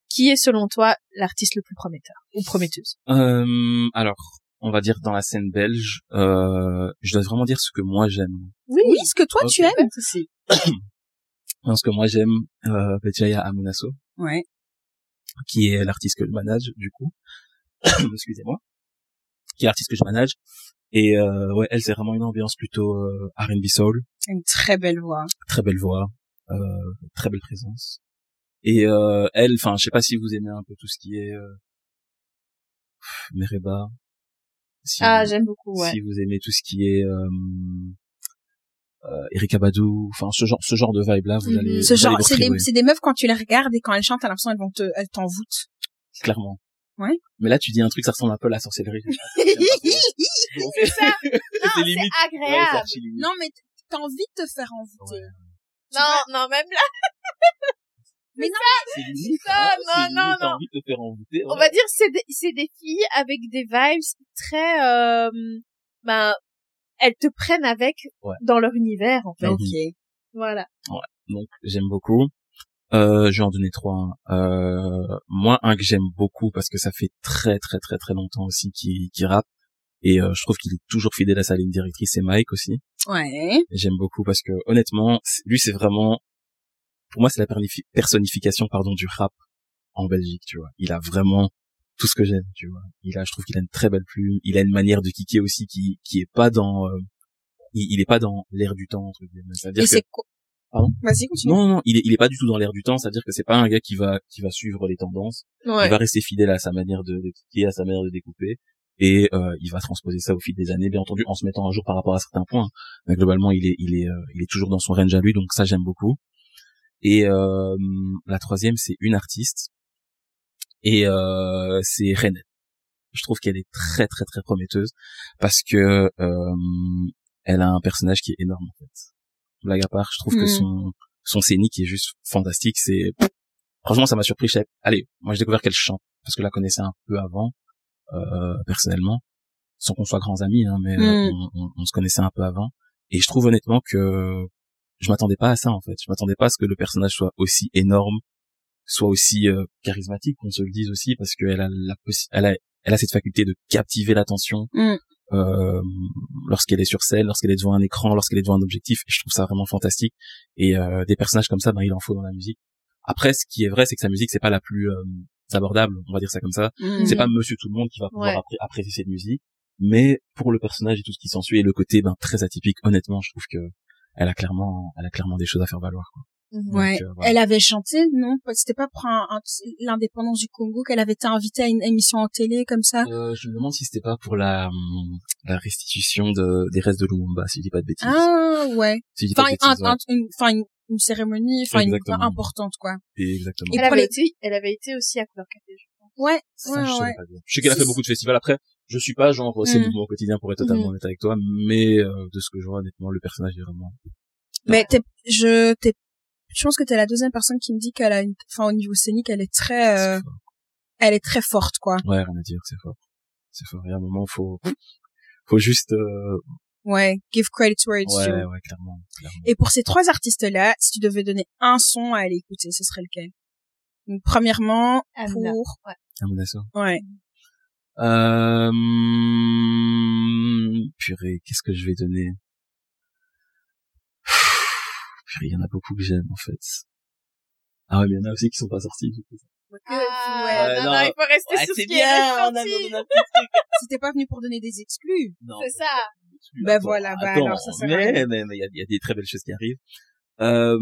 S2: Qui est selon toi l'artiste le plus prometteur ou prometteuse
S3: Euh, alors on va dire dans la scène belge, euh, je dois vraiment dire ce que moi j'aime.
S1: Oui, ce que toi,
S3: Ok.
S1: tu aimes.
S3: Dans ce que moi j'aime, euh, bah, déjà il y a Amunaso
S1: Ouais.
S3: qui est l'artiste que je manage du coup. Excusez-moi. Qui est l'artiste que je manage. Et euh, ouais, elle c'est vraiment une ambiance plutôt euh, R&B soul.
S1: C'est une très belle voix.
S3: très belle voix, euh, très belle présence. Et euh, elle, enfin, je sais pas si vous aimez un peu tout ce qui est euh, pff, Mereba. Si,
S2: Ah,
S3: vous,
S2: j'aime beaucoup, ouais.
S3: si vous aimez tout ce qui est euh, euh, Erika Badou, enfin ce genre, ce genre de vibe là, vous
S2: Mhm.
S3: allez,
S1: Ce
S3: vous allez
S1: genre,
S3: vous
S1: c'est des,
S3: retrouver,
S1: c'est des meufs quand tu les regardes et quand elles chantent, t'as l'impression elles vont te, elles t'envoûtent.
S3: clairement.
S1: Ouais.
S3: Mais là, tu dis un truc, ça ressemble un peu à la sorcellerie.
S2: C'est ça.
S3: c'est limite. Ouais, c'est
S2: agréable.
S3: archi limite.
S1: non, mais t'as envie de te faire envoûter.
S3: Ouais.
S2: non, non, même là,
S3: C'est limite,
S2: Non,
S3: hein, c'est
S2: non,
S3: limite,
S2: non,
S3: t'as
S2: non.
S3: envie de te faire envoûter. hein.
S2: on
S3: ouais.
S2: va dire c'est des, c'est des filles avec des vibes très euh, ben elles te prennent avec
S3: Ouais.
S2: dans leur univers en fait.
S3: Mhm.
S1: Ok.
S2: Voilà.
S3: donc j'aime beaucoup. Euh, je vais en donner trois. hein. Euh, moi, un que j'aime beaucoup parce que ça fait très très très très longtemps aussi qu'il qu'il rappe et euh, je trouve qu'il est toujours fidèle à sa ligne directrice. C'est Mike aussi.
S1: Ouais.
S3: J'aime beaucoup parce que honnêtement, c'est- lui c'est vraiment, pour moi c'est la pernifi- personnification pardon du rap en Belgique. Tu vois, il a vraiment tout ce que j'aime. Tu vois, il a, je trouve qu'il a une très belle plume. Il a une manière de kicker aussi qui qui est pas dans, euh, il, il est pas dans l'air du temps entre guillemets. C'est-à-dire
S1: Et
S3: que
S1: c'est quoi?
S3: Pardon
S1: Vas-y, continue.
S3: non, non, non, il est, il est pas du tout dans l'air du temps, c'est-à-dire que c'est pas un gars qui va, qui va suivre les tendances.
S2: Ouais.
S3: Il va rester fidèle à sa manière de, de kicker, à sa manière de découper, et euh, il va transposer ça au fil des années, bien entendu, en se mettant à jour par rapport à certains points. Mais globalement, il est, il est, euh, il est toujours dans son range à lui, donc ça j'aime beaucoup. Et euh, la troisième, c'est une artiste, et euh, c'est Renette. Je trouve qu'elle est très, très, très prometteuse parce que euh, elle a un personnage qui est énorme en fait. Blague à part, je trouve
S1: Mm.
S3: que son son scénique est juste fantastique. C'est franchement ça m'a surpris. je savais- Allez, moi j'ai découvert qu'elle chante parce que je la connaissais un peu avant euh, personnellement, sans qu'on soit grands amis, hein, mais
S1: Mm.
S3: euh, on, on- on se connaissait un peu avant. Et je trouve honnêtement que je m'attendais pas à ça en fait. Je m'attendais pas à ce que le personnage soit aussi énorme, soit aussi euh, charismatique, qu'on se le dise aussi, parce qu'elle a la possi- elle a elle a cette faculté de captiver l'attention
S1: Mm.
S3: euh, lorsqu'elle est sur scène, lorsqu'elle est devant un écran, lorsqu'elle est devant un objectif. Et je trouve ça vraiment fantastique. Et euh, des personnages comme ça, ben il en faut dans la musique. Après, ce qui est vrai, c'est que sa musique c'est pas la plus euh, abordable, on va dire ça comme ça.
S1: Mm.
S3: C'est pas Monsieur Tout le Monde qui va pouvoir
S2: Ouais.
S3: appré- apprécier cette musique. mais pour le personnage et tout ce qui s'ensuit et le côté ben très atypique honnêtement je trouve que elle a clairement elle a clairement des choses à faire valoir quoi.
S2: Mhm.
S1: Ouais.
S3: euh, voilà.
S1: Elle avait chanté, non C'était pas pour un- un- l'indépendance du Congo qu'elle avait été invitée à une émission en télé comme ça
S3: Euh, je me demande si c'était pas pour la hum, la restitution de des restes de Lumumba si je dis pas de bêtises
S1: Ah ouais.
S3: si je dis pas
S1: Enfin,
S3: de
S1: un-
S3: bêtises, ouais.
S1: un- une, enfin une, une cérémonie, enfin une
S3: Exactement.
S1: importante quoi.
S3: Et exactement
S1: Et
S2: Elle
S1: pour
S2: avait
S1: les-
S2: été, elle avait été aussi à Couleur Café. je pense.
S1: Ouais,
S3: Ça,
S1: ouais,
S3: je savais
S1: ouais.
S3: pas dire. Je sais qu'elle a
S1: Si,
S3: fait
S1: si.
S3: beaucoup de festivals après. Je suis pas genre c'est
S1: Mhm.
S3: mon mouvement quotidien pour être totalement
S2: Mhm.
S3: honnête avec toi, mais euh, de ce que je vois honnêtement, le personnage est vraiment.
S1: Mais t'es, je t'es, je pense que t'es la deuxième personne qui me dit qu'elle a une, enfin au niveau scénique, elle est très, euh,
S3: c'est fort.
S1: elle est très forte quoi.
S3: Ouais, rien à dire, c'est fort. C'est fort. Il y a un moment, faut faut juste. euh,
S1: Ouais, give credit where it's
S3: Ouais,
S1: due.
S3: ouais, clairement. clairement.
S1: Et pour ces trois artistes-là, si tu devais donner un son à aller écouter, ce serait lequel Donc, Premièrement,
S2: Amina.
S1: pour
S3: Ah, mon assaut.
S1: ouais,
S3: Euh... hum, Purée, qu'est-ce que je vais donner Purée, il y en a beaucoup que j'aime en fait. Ah ouais, mais il y en a aussi qui sont pas sortis. du coup.
S2: Ah,
S3: Ouais,
S2: non,
S3: non.
S2: non, il faut rester
S3: Ouais,
S2: sur ce
S3: c'est
S2: qui est
S1: Ah,
S3: bien. On a,
S2: sorti.
S3: on a-
S1: si t'es pas venu pour donner des exclus,
S3: Non,
S2: C'est ça.
S1: Ben
S3: Attends,
S1: voilà, bah
S3: attends,
S1: alors ça sert à
S3: mais
S1: rien.
S3: mais- mais il y a, il y a des très belles choses qui arrivent. Euh,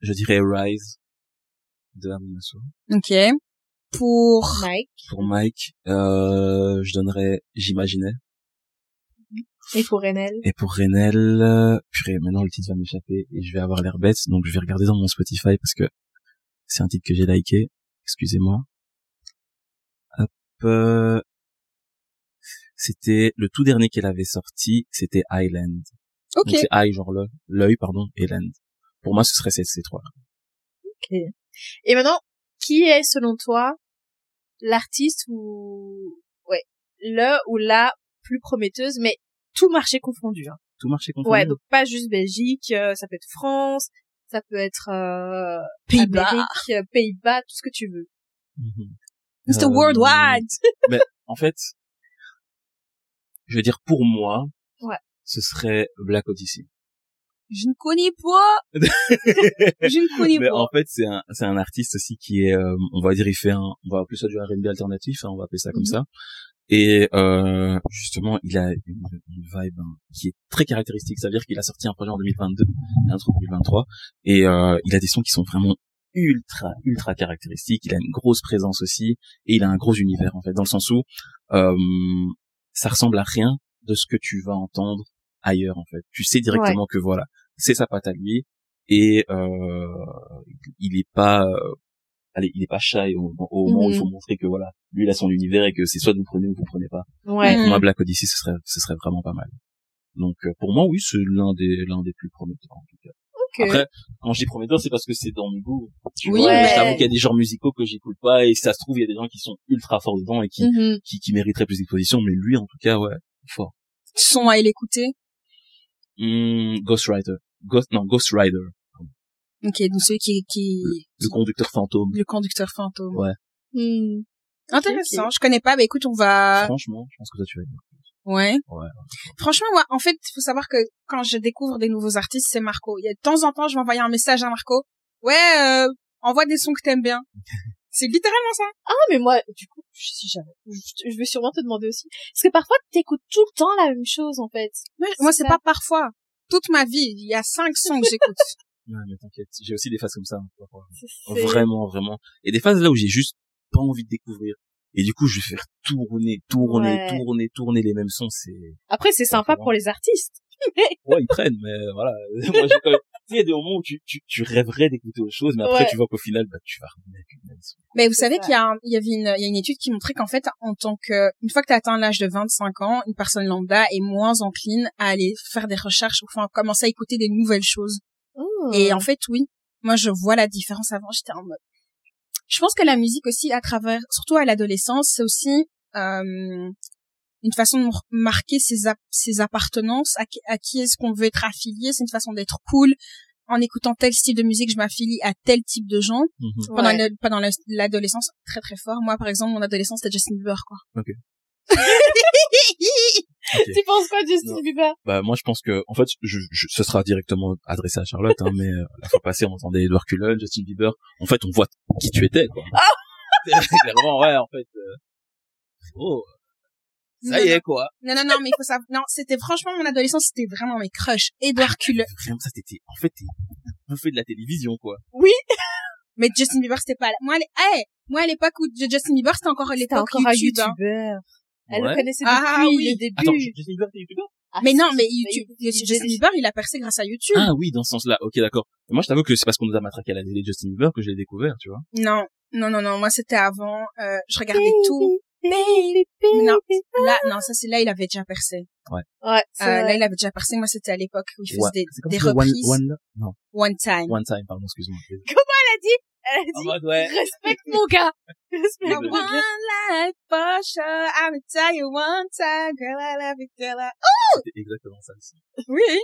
S3: je dirais Rise de Aminasso.
S1: ok. Pour
S2: Mike.
S3: Pour Mike, euh, je donnerais J'imaginais.
S2: Et pour Renel.
S3: Et pour Renel, euh, purée, maintenant le titre va m'échapper et je vais avoir l'air bête, donc je vais regarder dans mon Spotify parce que c'est un titre que j'ai liké. Excusez-moi. Hop. euh, C'était le tout dernier qu'elle avait sorti, c'était Island.
S1: ok,
S3: Donc c'est eye genre le- l'œil, pardon, et land. Pour moi, ce serait ces, ces trois.
S2: Et maintenant, qui est, selon toi, l'artiste ou, ouais, le ou la plus prometteuse, mais tout marché confondu, hein.
S3: Tout marché confondu.
S2: Ouais, donc pas juste Belgique, euh, ça peut être France, ça peut être, euh,
S1: Pays-Bas.
S2: Amérique, euh, Pays-Bas, tout ce que tu veux.
S3: Mhm.
S1: Mr.
S3: Euh,
S1: Worldwide.
S3: En fait, je veux dire pour moi,
S2: Ouais.
S3: ce serait Black Odyssey.
S1: Je ne connais pas. Je ne connais
S3: Mais
S1: pas.
S3: en fait, c'est un c'est un artiste aussi qui est, euh, on va dire, il fait un, on va appeler ça du R&B alternatif, hein, on va appeler ça comme
S2: Mhm.
S3: ça. Et euh, justement, il a une, une vibe hein, qui est très caractéristique. C'est-à-dire qu'il a sorti un projet en 2022, un truc en 2023, et euh, il a des sons qui sont vraiment ultra ultra caractéristiques. Il a une grosse présence aussi, et il a un gros univers en fait, dans le sens où euh, ça ressemble à rien de ce que tu vas entendre ailleurs en fait. Tu sais directement que voilà, c'est sa patte à lui, et euh, il est pas euh, allez il est pas shy au, moment- au
S2: Mhm.
S3: moment où il faut montrer que voilà lui il a son univers et que c'est soit vous prenez ou vous prenez pas
S2: Ouais.
S1: Mm.
S3: pour moi Black Odyssey ce serait ce serait vraiment pas mal donc euh, pour moi oui c'est l'un des l'un des plus prometteurs en tout cas
S2: Ok.
S3: après quand je dis prometteur c'est parce que c'est dans mes goûts tu
S1: Oui.
S3: vois
S2: Ouais.
S3: je t'avoue qu'il y a des genres musicaux que j'écoute pas et si ça se trouve il y a des gens qui sont ultra forts dedans et qui
S2: Mhm.
S3: qui, qui mériteraient plus d'exposition mais lui en tout cas ouais fort
S1: Son à aller écouter.
S3: Hmm, Ghost Rider Ghost non Ghost Rider
S1: Ok, donc celui qui, qui,
S3: le conducteur fantôme
S1: le conducteur fantôme.
S2: Mhm.
S1: Intéressant. Je connais pas, mais écoute, on
S2: Ah.
S1: va,
S3: franchement je pense que toi tu vas aimer.
S1: ouais.
S3: Ouais.
S1: Franchement, moi, en fait, faut savoir que quand je découvre des nouveaux artistes, c'est Marco. Il y a de temps en temps, je vais envoyer un message à Marco. Ouais, euh, envoie des sons que t'aimes bien. C'est littéralement ça.
S2: Ah, mais moi, du coup, je sais jamais. Je, je vais sûrement te demander aussi. Parce que parfois, t'écoutes tout le temps la même chose, en fait.
S1: Moi, moi,
S2: C'est
S1: c'est
S2: ça.
S1: pas parfois. Toute ma vie, il y a cinq sons que j'écoute.
S3: Ouais, mais t'inquiète, j'ai aussi des phases comme ça. hein, parfois.
S2: C'est- c'est-
S3: Vraiment, vraiment. Et des phases là où j'ai juste pas envie de découvrir. Et du coup, je vais faire tourner, tourner,
S2: Ouais.
S3: tourner, tourner les mêmes sons. C'est,
S2: Après, c'est sympa pour les artistes.
S3: ouais, ils prennent, mais voilà. Moi, j'ai quand même, tu sais, il y a des moments où tu, tu, tu rêverais d'écouter autre chose, mais après,
S2: Ouais.
S3: tu vois qu'au final, bah, tu vas remettre les mêmes sons.
S1: Mais vous savez
S2: ça.
S1: qu'il y a, un- il y avait une, il y a une étude qui montrait qu'en fait, en tant que, une fois que tu atteint l'âge de 25 ans, une personne lambda est moins encline à aller faire des recherches ou enfin, commencer à écouter des nouvelles choses.
S2: Ah.
S1: Et
S3: Mmh.
S1: en fait, oui. Moi, je vois la différence avant, j'étais en mode. Je pense que la musique aussi, à travers, surtout à l'adolescence, c'est aussi, euh, une façon de mar- marquer ses, ap- ses appartenances, à qui, à qui est-ce qu'on veut être affilié, c'est une façon d'être cool. En écoutant tel style de musique, je m'affilie à tel type de gens
S3: Mmh.
S1: pendant
S2: Ouais.
S1: le- pendant la- l'adolescence très très fort moi par exemple mon adolescence c'était Justin Bieber quoi
S3: Ok.
S2: Tu penses quoi, Justin
S3: Non.
S2: Bieber?
S3: Bah, moi, je pense que, en fait, je, je- ce sera directement adressé à Charlotte, hein, mais euh, la fois passée, on entendait Edward Cullen, Justin Bieber. En fait, on voit qui tu étais, quoi. Clairement, ouais, en fait. euh, Oh,
S1: Non,
S3: ça y est, quoi.
S1: Non, non, non, mais il faut savoir. Non, c'était franchement mon adolescence, c'était vraiment mes crushs. Edouard Cullen.
S3: Vraiment, ça, t'étais, en fait, t'es bouffé de la télévision, quoi.
S1: Mais Justin Bieber, c'était pas là. Moi, à l'é- hey, moi, à l'époque où Justin Bieber, c'était encore
S2: T'as
S1: l'époque
S2: encore un
S1: YouTube, hein.
S2: youtubeur. E. Elle le
S3: Ouais.
S2: connaissait depuis
S1: Ah, oui.
S2: le début.
S3: Attends, Justin Bieber, t'es youtubeur?
S2: Ah,
S1: Mais
S2: si,
S1: non,
S2: si,
S1: mais
S2: si,
S1: YouTube,
S2: si, si,
S1: Justin
S2: si.
S1: Bieber, il a percé grâce à YouTube.
S3: Ah oui, dans ce sens-là. Ok, d'accord. Moi, je t'avoue que c'est parce qu'on nous a matraqué à la télé Justin Bieber que je l'ai découvert, tu vois.
S1: Non, non, non, non, moi, c'était avant, euh, je regardais tout. Non, là, non, ça, c'est là, il avait déjà percé.
S2: Ouais, c'est
S1: Euh,
S2: vrai.
S1: là, il avait déjà percé. Moi, c'était à l'époque où il faisait
S3: Ouais.
S1: des,
S3: C'est comme
S1: des
S3: si one,
S1: reprises. One,
S3: one, Love- non,
S1: time.
S3: one time, pardon, excuse-moi.
S2: Elle a
S3: En
S2: dit,
S3: mode, ouais.
S2: respecte mon gars.
S3: Ouais,
S2: Respecte
S3: ouais.
S2: mon
S1: One
S2: gars.
S1: life for sure, I'll tell you one time, girl, I love you, girl, I...
S3: C'était exactement ça aussi. Oh,
S1: Oui.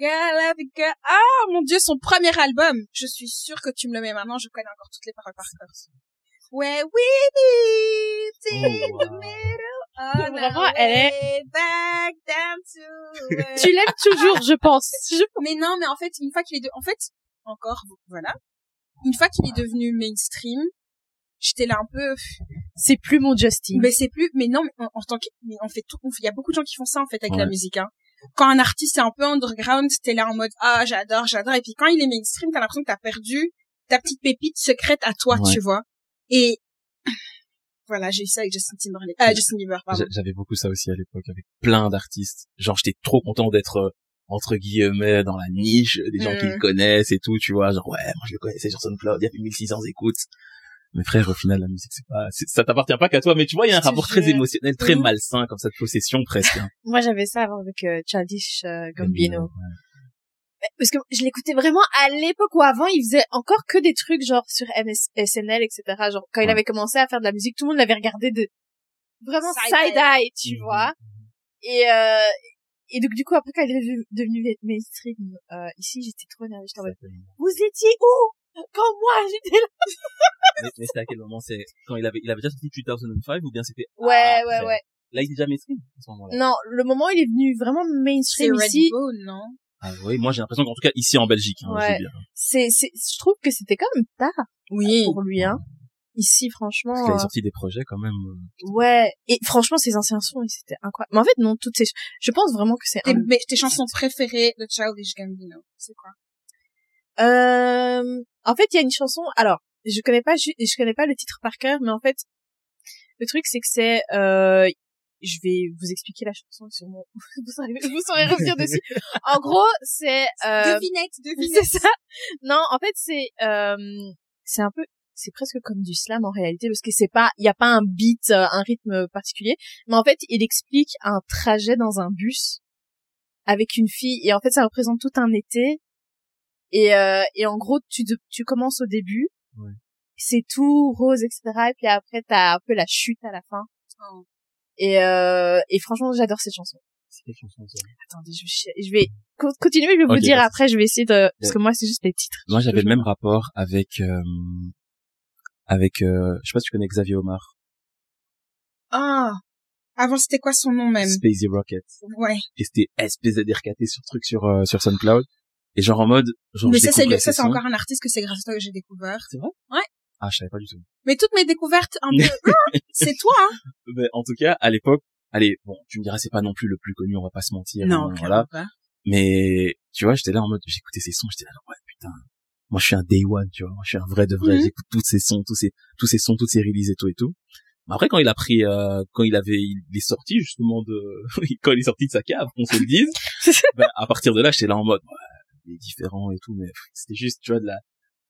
S1: Girl, I love you, girl. Ah, mon dieu, son premier album. Je suis sûre que tu me le mets maintenant, je connais encore toutes les paroles par cœur. Where we meet in
S3: Oh,
S1: the
S3: wow.
S1: middle on
S2: Vraiment,
S1: our
S2: elle est-
S1: way back down to where-
S2: Tu l'aimes toujours, je pense. Je-
S1: Mais non, mais en fait, une fois qu'il est de... en fait, encore, voilà. Une fois qu'il est devenu mainstream, j'étais là un peu,
S2: C'est plus mon
S3: Mm.
S2: Justin.
S1: mais c'est plus, mais non, mais en, en tant que, mais on fait tout, on fait- il y a beaucoup de gens qui font ça, en fait, avec la
S3: Ouais.
S1: musique, hein. Quand un artiste est un peu underground, t'es là en mode, ah, j'adore, j'adore, et puis quand il est mainstream, t'as l'impression que t'as perdu ta petite pépite secrète à toi,
S3: Ouais.
S1: tu vois. Et, voilà, j'ai eu ça avec Justin Timberlake, euh, Justin Bieber, pardon.
S3: J'a- J'avais beaucoup ça aussi à l'époque avec plein d'artistes. Genre, j'étais trop content d'être euh, entre guillemets dans la niche des gens qui
S1: Mm.
S3: le connaissent et tout, tu vois. Genre, ouais, moi je le connaissais sur SoundCloud, il y avait 1600 écoutes. Mais frère, au final, la musique, c'est pas, c'est- ça t'appartient pas qu'à toi, mais tu vois, il y a un
S1: Je te
S3: rapport très
S1: jure.
S3: émotionnel, très
S1: Mm.
S3: malsain, comme ça, de possession presque. hein.
S2: Moi, j'avais ça avant avec euh, Childish euh, Gambino. Parce que je l'écoutais vraiment à l'époque où avant, il faisait encore que des trucs genre sur MS, SNL, etc. Genre, quand il
S3: Ouais.
S2: avait commencé à faire de la musique, tout le monde l'avait regardé de vraiment
S1: Side-eye.
S2: side-eye, tu
S3: Mhm.
S2: vois. Et, euh, et donc, du coup, après, quand il est devenu- devenu mainstream, euh, ici, j'étais trop énervée. J'étais en mode,
S3: Exactement.
S2: vous étiez où? Quand moi, j'étais là.
S3: mais mais c'était à quel moment c'est quand il avait il avait déjà sorti 2005 ou bien c'était
S2: Ouais,
S3: après
S2: ouais, ouais.
S3: là il est déjà mainstream à ce moment-là
S2: Non, le moment où il est venu vraiment
S1: C'est
S2: mainstream
S1: Red
S2: ici,
S1: Bull, non?
S3: ah oui moi j'ai l'impression qu'en tout cas ici en Belgique hein,
S2: Ouais.
S3: je veux dire.
S2: c'est, c'est, je trouve que c'était quand même tard
S1: Oui.
S2: pour lui, hein. Ici,
S3: parce
S2: franchement.
S3: qu'il a
S2: euh,
S3: sorti des projets quand même euh,
S2: Ouais, et franchement, ces anciens sons, ils- c'était incroyable. Mais en fait, non, toutes ces, je pense vraiment que c'est
S1: Tes,
S3: Ah,
S2: un...
S1: mais tes chansons préférées de Childish Gambino, c'est quoi?
S2: Euh, en fait, il y a une chanson, alors, je connais pas, ju- je, connais pas le titre par cœur, mais en fait, le truc, c'est que c'est, euh, je vais vous expliquer la chanson, sûrement, vous saurez, vous saurez revenir dessus. En gros, c'est, euh,
S1: Devinette,
S2: c'est ça. Non, en fait, c'est, euh, c'est un peu, c'est presque comme du slam en réalité, parce que c'est pas, il y a pas un beat, euh, un rythme particulier, mais en fait, il explique un trajet dans un bus avec une fille, et en fait, ça représente tout un été, et, euh, et en gros, tu, de- tu commences au début,
S3: Ouais.
S2: c'est tout rose, etc., et puis après, t'as un peu la chute à la fin,
S1: Oh.
S2: et, euh, et franchement, j'adore cette chanson.
S3: c'est quelle chanson ça
S2: Attendez, je vais, ch- je vais co- continuer, je vais vous
S3: Ok,
S2: dire
S3: vas-y.
S2: après, je vais essayer de, parce que moi, c'est juste les titres.
S3: moi j'avais
S2: Je-
S3: le même rapport avec euh, avec euh, je sais pas si tu connais Xavier Omar
S1: Ah. Avant, c'était quoi son nom même?
S3: Spacey Rocket
S1: Ouais.
S3: et c'était SPZRKT sur truc sur euh, sur SoundCloud et genre en mode genre
S1: mais
S3: je
S1: ça, c'est
S3: découvre
S1: le-
S3: la
S1: ça, c'est
S3: session.
S1: encore un artiste que c'est grâce à toi que j'ai découvert.
S3: c'est vrai
S1: Ouais.
S3: ah je savais pas du tout
S1: Mais toutes mes découvertes, un peu, Hum, c'est toi, hein.
S3: mais en tout cas à l'époque allez bon tu me diras c'est pas non plus le plus connu on va pas se mentir hein, voilà
S1: pas.
S3: Mais tu vois, j'étais là en mode, j'écoutais ces sons, j'étais là, ouais putain, moi je suis un day one, tu vois, moi je suis un vrai de vrai,
S1: Mhm.
S3: j'écoute tous ces sons, tous ces tous ces sons, toutes ces releases et tout et tout. Mais après quand il a pris, euh, quand il avait, il est sorti justement de, quand il est sorti de sa cave, qu'on se le dise, ben, à partir de là, j'étais là en mode, ouais, il est différent et tout, mais pff, c'était juste, tu vois, de la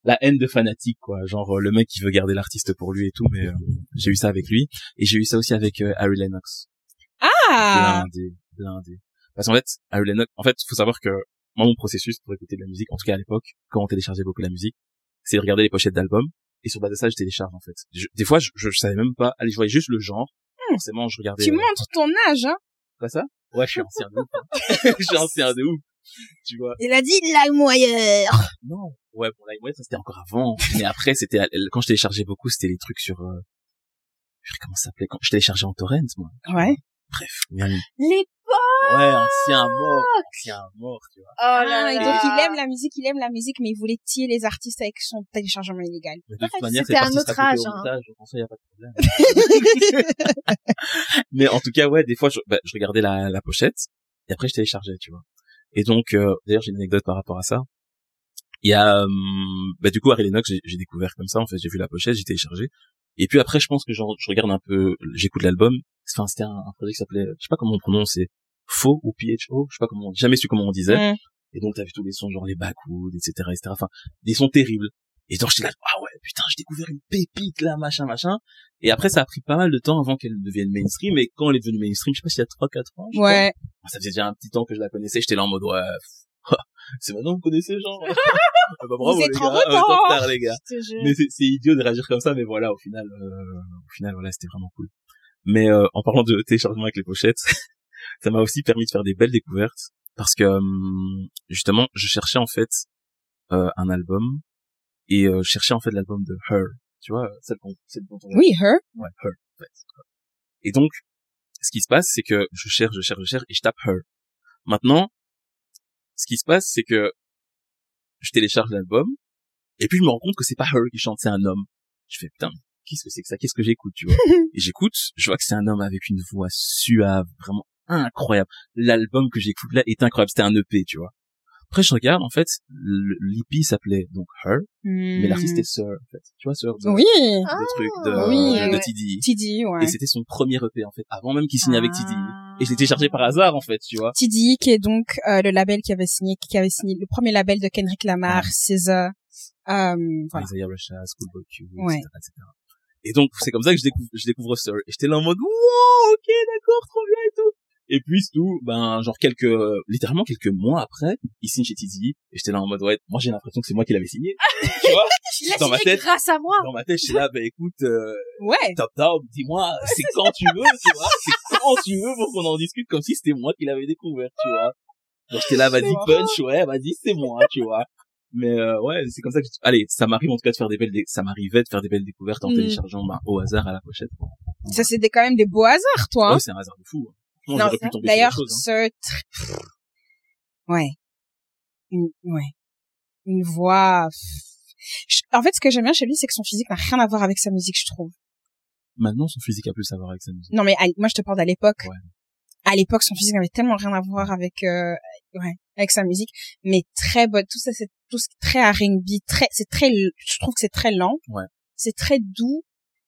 S3: la haine de fanatique quoi, genre euh, le mec qui veut garder l'artiste pour lui et tout, mais euh, j'ai eu ça avec lui et j'ai eu ça aussi avec euh, Harry Lennox
S1: Ah!
S3: blindé, blindé. Parce qu'en fait, Harry Lennox, en fait, faut savoir que moi, mon processus pour écouter de la musique, en tout cas à l'époque, quand on téléchargeait beaucoup la musique, c'est de regarder les pochettes d'albums et sur base de ça, je télécharge en fait. Je- des fois, je, je, je savais même pas. Allez, je voyais juste le genre.
S1: Hmm.
S3: Forcément, je regardais.
S1: Tu
S3: euh,
S1: montres ton âge, hein.
S3: Quoi ça Ouais, je suis ancien de ouf. hein. je suis ancien de ouf. Tu vois
S1: Il a dit LimeWire.
S3: Non. Ouais, bon, là, ouais, ça c'était encore avant. Mais après, c'était à- quand je téléchargeais beaucoup, c'était les trucs sur. Euh... Comment ça s'appelait quand je téléchargeais en torrent, moi.
S1: Ouais.
S3: Bref, mais allez.
S2: L'époque
S4: Ouais, ancien mort, ancien mort, tu vois.
S2: Oh là
S1: Ah, et
S2: là.
S1: donc il aime la musique, il aime la musique, mais il voulait tirer les artistes avec son téléchargement illégal.
S4: Mais de
S2: Bref,
S4: toute manière,
S2: c'était
S4: c'est
S2: un
S4: parti
S2: autre
S4: se raconter
S2: âge,
S4: au
S2: hein.
S4: montage, donc ça, y a pas de problème.
S3: Mais en tout cas, ouais, des fois, je, bah, je regardais la, la pochette et après je téléchargeais, tu vois. Et donc, euh, d'ailleurs, j'ai une anecdote par rapport à ça. Il y a, euh, bah, du coup, Harry Lennox, j'ai j'ai découvert comme ça. En fait, j'ai vu la pochette, j'ai téléchargé. Et puis après, je pense que genre, je regarde un peu, j'écoute l'album. Enfin, c'était un, un projet qui s'appelait, je sais pas comment on prononce, c'est Faux ou PHO, je sais pas comment, on- j'ai jamais su comment on disait.
S1: Mm.
S3: Et donc, t'avais tous les sons, genre les backwoods, etc., etc. Enfin, des sons terribles. Et donc, j'étais là, ah ouais, putain, j'ai découvert une pépite, là, machin, machin. Et après, ça a pris pas mal de temps avant qu'elle devienne mainstream. Et quand elle est devenue mainstream, je sais pas s'il y a 3, 4 ans. je
S1: Ouais.
S3: crois. Ça faisait déjà un petit temps que je la connaissais. J'étais là en mode, ouais, pff, c'est maintenant que vous connaissez, genre. Ah bah, bravo,
S1: êtes
S3: les
S1: en
S3: gars. Ah, vous êtes
S1: retard.
S3: retard, les gars.
S2: Je te jure.
S3: Mais c'est, c'est idiot de réagir comme ça. Mais voilà, au final, euh, au final, voilà, c'était vraiment cool. Mais, euh, en parlant de téléchargement avec les pochettes, ça m'a aussi permis de faire des belles découvertes. Parce que, hum, justement, je cherchais, en fait, euh, un album. Et, euh, je cherchais, en fait, l'album de Her. Tu vois, euh, celle qu'on, celle dont on a
S1: Oui, her.
S3: Ouais, her, en fait. Et donc, ce qui se passe, c'est que je cherche, je cherche, je cherche, et je tape her. Maintenant, ce qui se passe, c'est que je télécharge l'album, et puis je me rends compte que c'est pas her qui chante, c'est un homme. Je fais, putain, qu'est-ce que c'est que ça? Qu'est-ce que j'écoute, tu vois? et j'écoute, je vois que c'est un homme avec une voix suave, vraiment incroyable. L'album que j'écoute là est incroyable, c'était un EP, tu vois. Après, je regarde, en fait, le- l'EP s'appelait donc her, mais l'artiste est Sir, en fait. Tu vois, Sir, de,
S1: Hmm. Oui.
S2: Ah,
S3: de trucs de,
S1: oui,
S3: de
S1: ouais.
S3: TDE.
S1: TD, ouais.
S3: Et c'était son premier EP, en fait, avant même qu'il signe avec TD.
S2: Ah.
S3: Et je l'ai téléchargé par hasard, en fait, tu vois.
S1: TD, qui est donc euh, le label qui avait signé, qui avait signé le premier label de Kendrick Lamar,
S3: Ouais.
S1: SZA. Euh, voilà.
S3: Isaiah Rashad, Schoolboy Q,
S1: Ouais.
S3: etc., etc. Et donc, c'est comme ça que je découvre, je découvre Sir. Et j'étais là en mode, wow, ok, d'accord, trop bien et tout. Et puis, c'est tout, ben, genre quelques, littéralement quelques mois après, il signe chez TD. Et j'étais là en mode, ouais, moi j'ai l'impression que c'est moi qui l'avais signé. tu vois?
S2: Il a
S3: Dans ma
S2: signé
S3: tête.
S2: grâce à moi.
S3: Dans ma tête, j'étais là, ben, écoute, euh,
S1: Ouais.
S3: top top, dis-moi, c'est quand tu veux, tu vois, c'est quand tu veux pour qu'on en discute comme si c'était moi qui l'avais découvert, tu vois. Donc j'étais là, vas-y punch, ouais, vas-y c'est moi, tu vois. Mais euh, ouais, c'est comme ça que allez, ça m'arrive en tout cas de faire des belles, dé- ça m'arrivait de faire des belles découvertes en
S1: Mm.
S3: téléchargeant bah, au hasard à la pochette.
S1: Ça, c'est des- quand même des beaux hasards, toi. hein.
S3: Ouais, c'est un hasard de fou. hein. Non,
S1: Non,
S3: j'aurais pu tomber sur
S1: D'ailleurs,
S3: autre chose. hein.
S1: ce tr- ouais, une, ouais, une voix. Je- En fait, ce que j'aime bien chez lui, c'est que son physique n'a rien à voir avec sa musique, je trouve.
S3: Maintenant, son physique a plus à voir avec sa musique.
S1: Non, mais à- moi, je te parle d'à l'époque.
S3: Ouais.
S1: À l'époque, son physique n'avait tellement rien à voir avec, euh, ouais, avec sa musique, mais très bonne. Tout ça, c'est tout ce qui est très R&B, très, c'est très, l- je trouve que c'est très lent.
S3: Ouais.
S1: C'est très doux,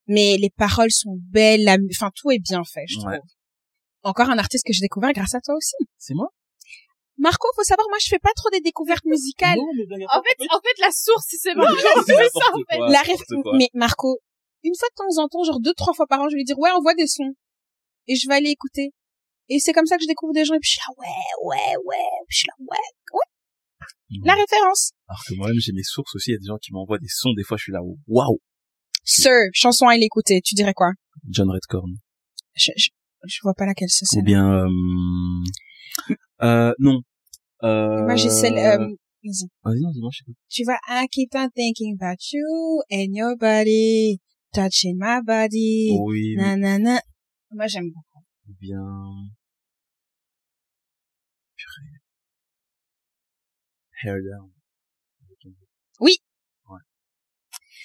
S1: mais les paroles sont belles, la mu- enfin, tout est bien fait, je trouve.
S3: Ouais.
S1: Encore un artiste que j'ai découvert grâce à toi aussi.
S3: C'est moi
S1: Marco, faut savoir, moi, je fais pas trop des découvertes musicales.
S3: Non, mais blague à
S2: En
S3: part,
S2: fait, en fait, la source, c'est
S3: en
S2: moi.
S3: fait, c'est
S2: c'est ça,
S3: n'importe
S2: en fait.
S3: quoi,
S1: La
S3: n'importe
S1: ref-
S3: quoi.
S1: Mais Marco, une fois de temps en temps, genre deux, trois fois par an, je vais lui dire, ouais, on voit des sons. Et je vais aller écouter. Et c'est comme ça que je découvre des gens. Et puis je suis là, ouais, ouais, ouais. Puis je suis là, ouais. La référence.
S3: Alors que moi-même, j'ai mes sources aussi, il y a des gens qui m'envoient des sons, des fois je suis là, waouh,
S1: Sir, chanson à l'écouter. Tu dirais quoi?
S3: John Redcorn.
S1: Je, je, je vois pas laquelle ce
S3: ou
S1: c'est.
S3: bien euh, euh, non euh, Ah,
S1: Moi, j'ai celle, euh, vas-y.
S3: vas-y non dis-moi je sais pas
S1: Tu vois, I keep on thinking about you and your body, touching my body,
S3: oui
S1: na na na. Moi, j'aime beaucoup.
S3: ou bien purée hair down
S1: Oui.
S3: ouais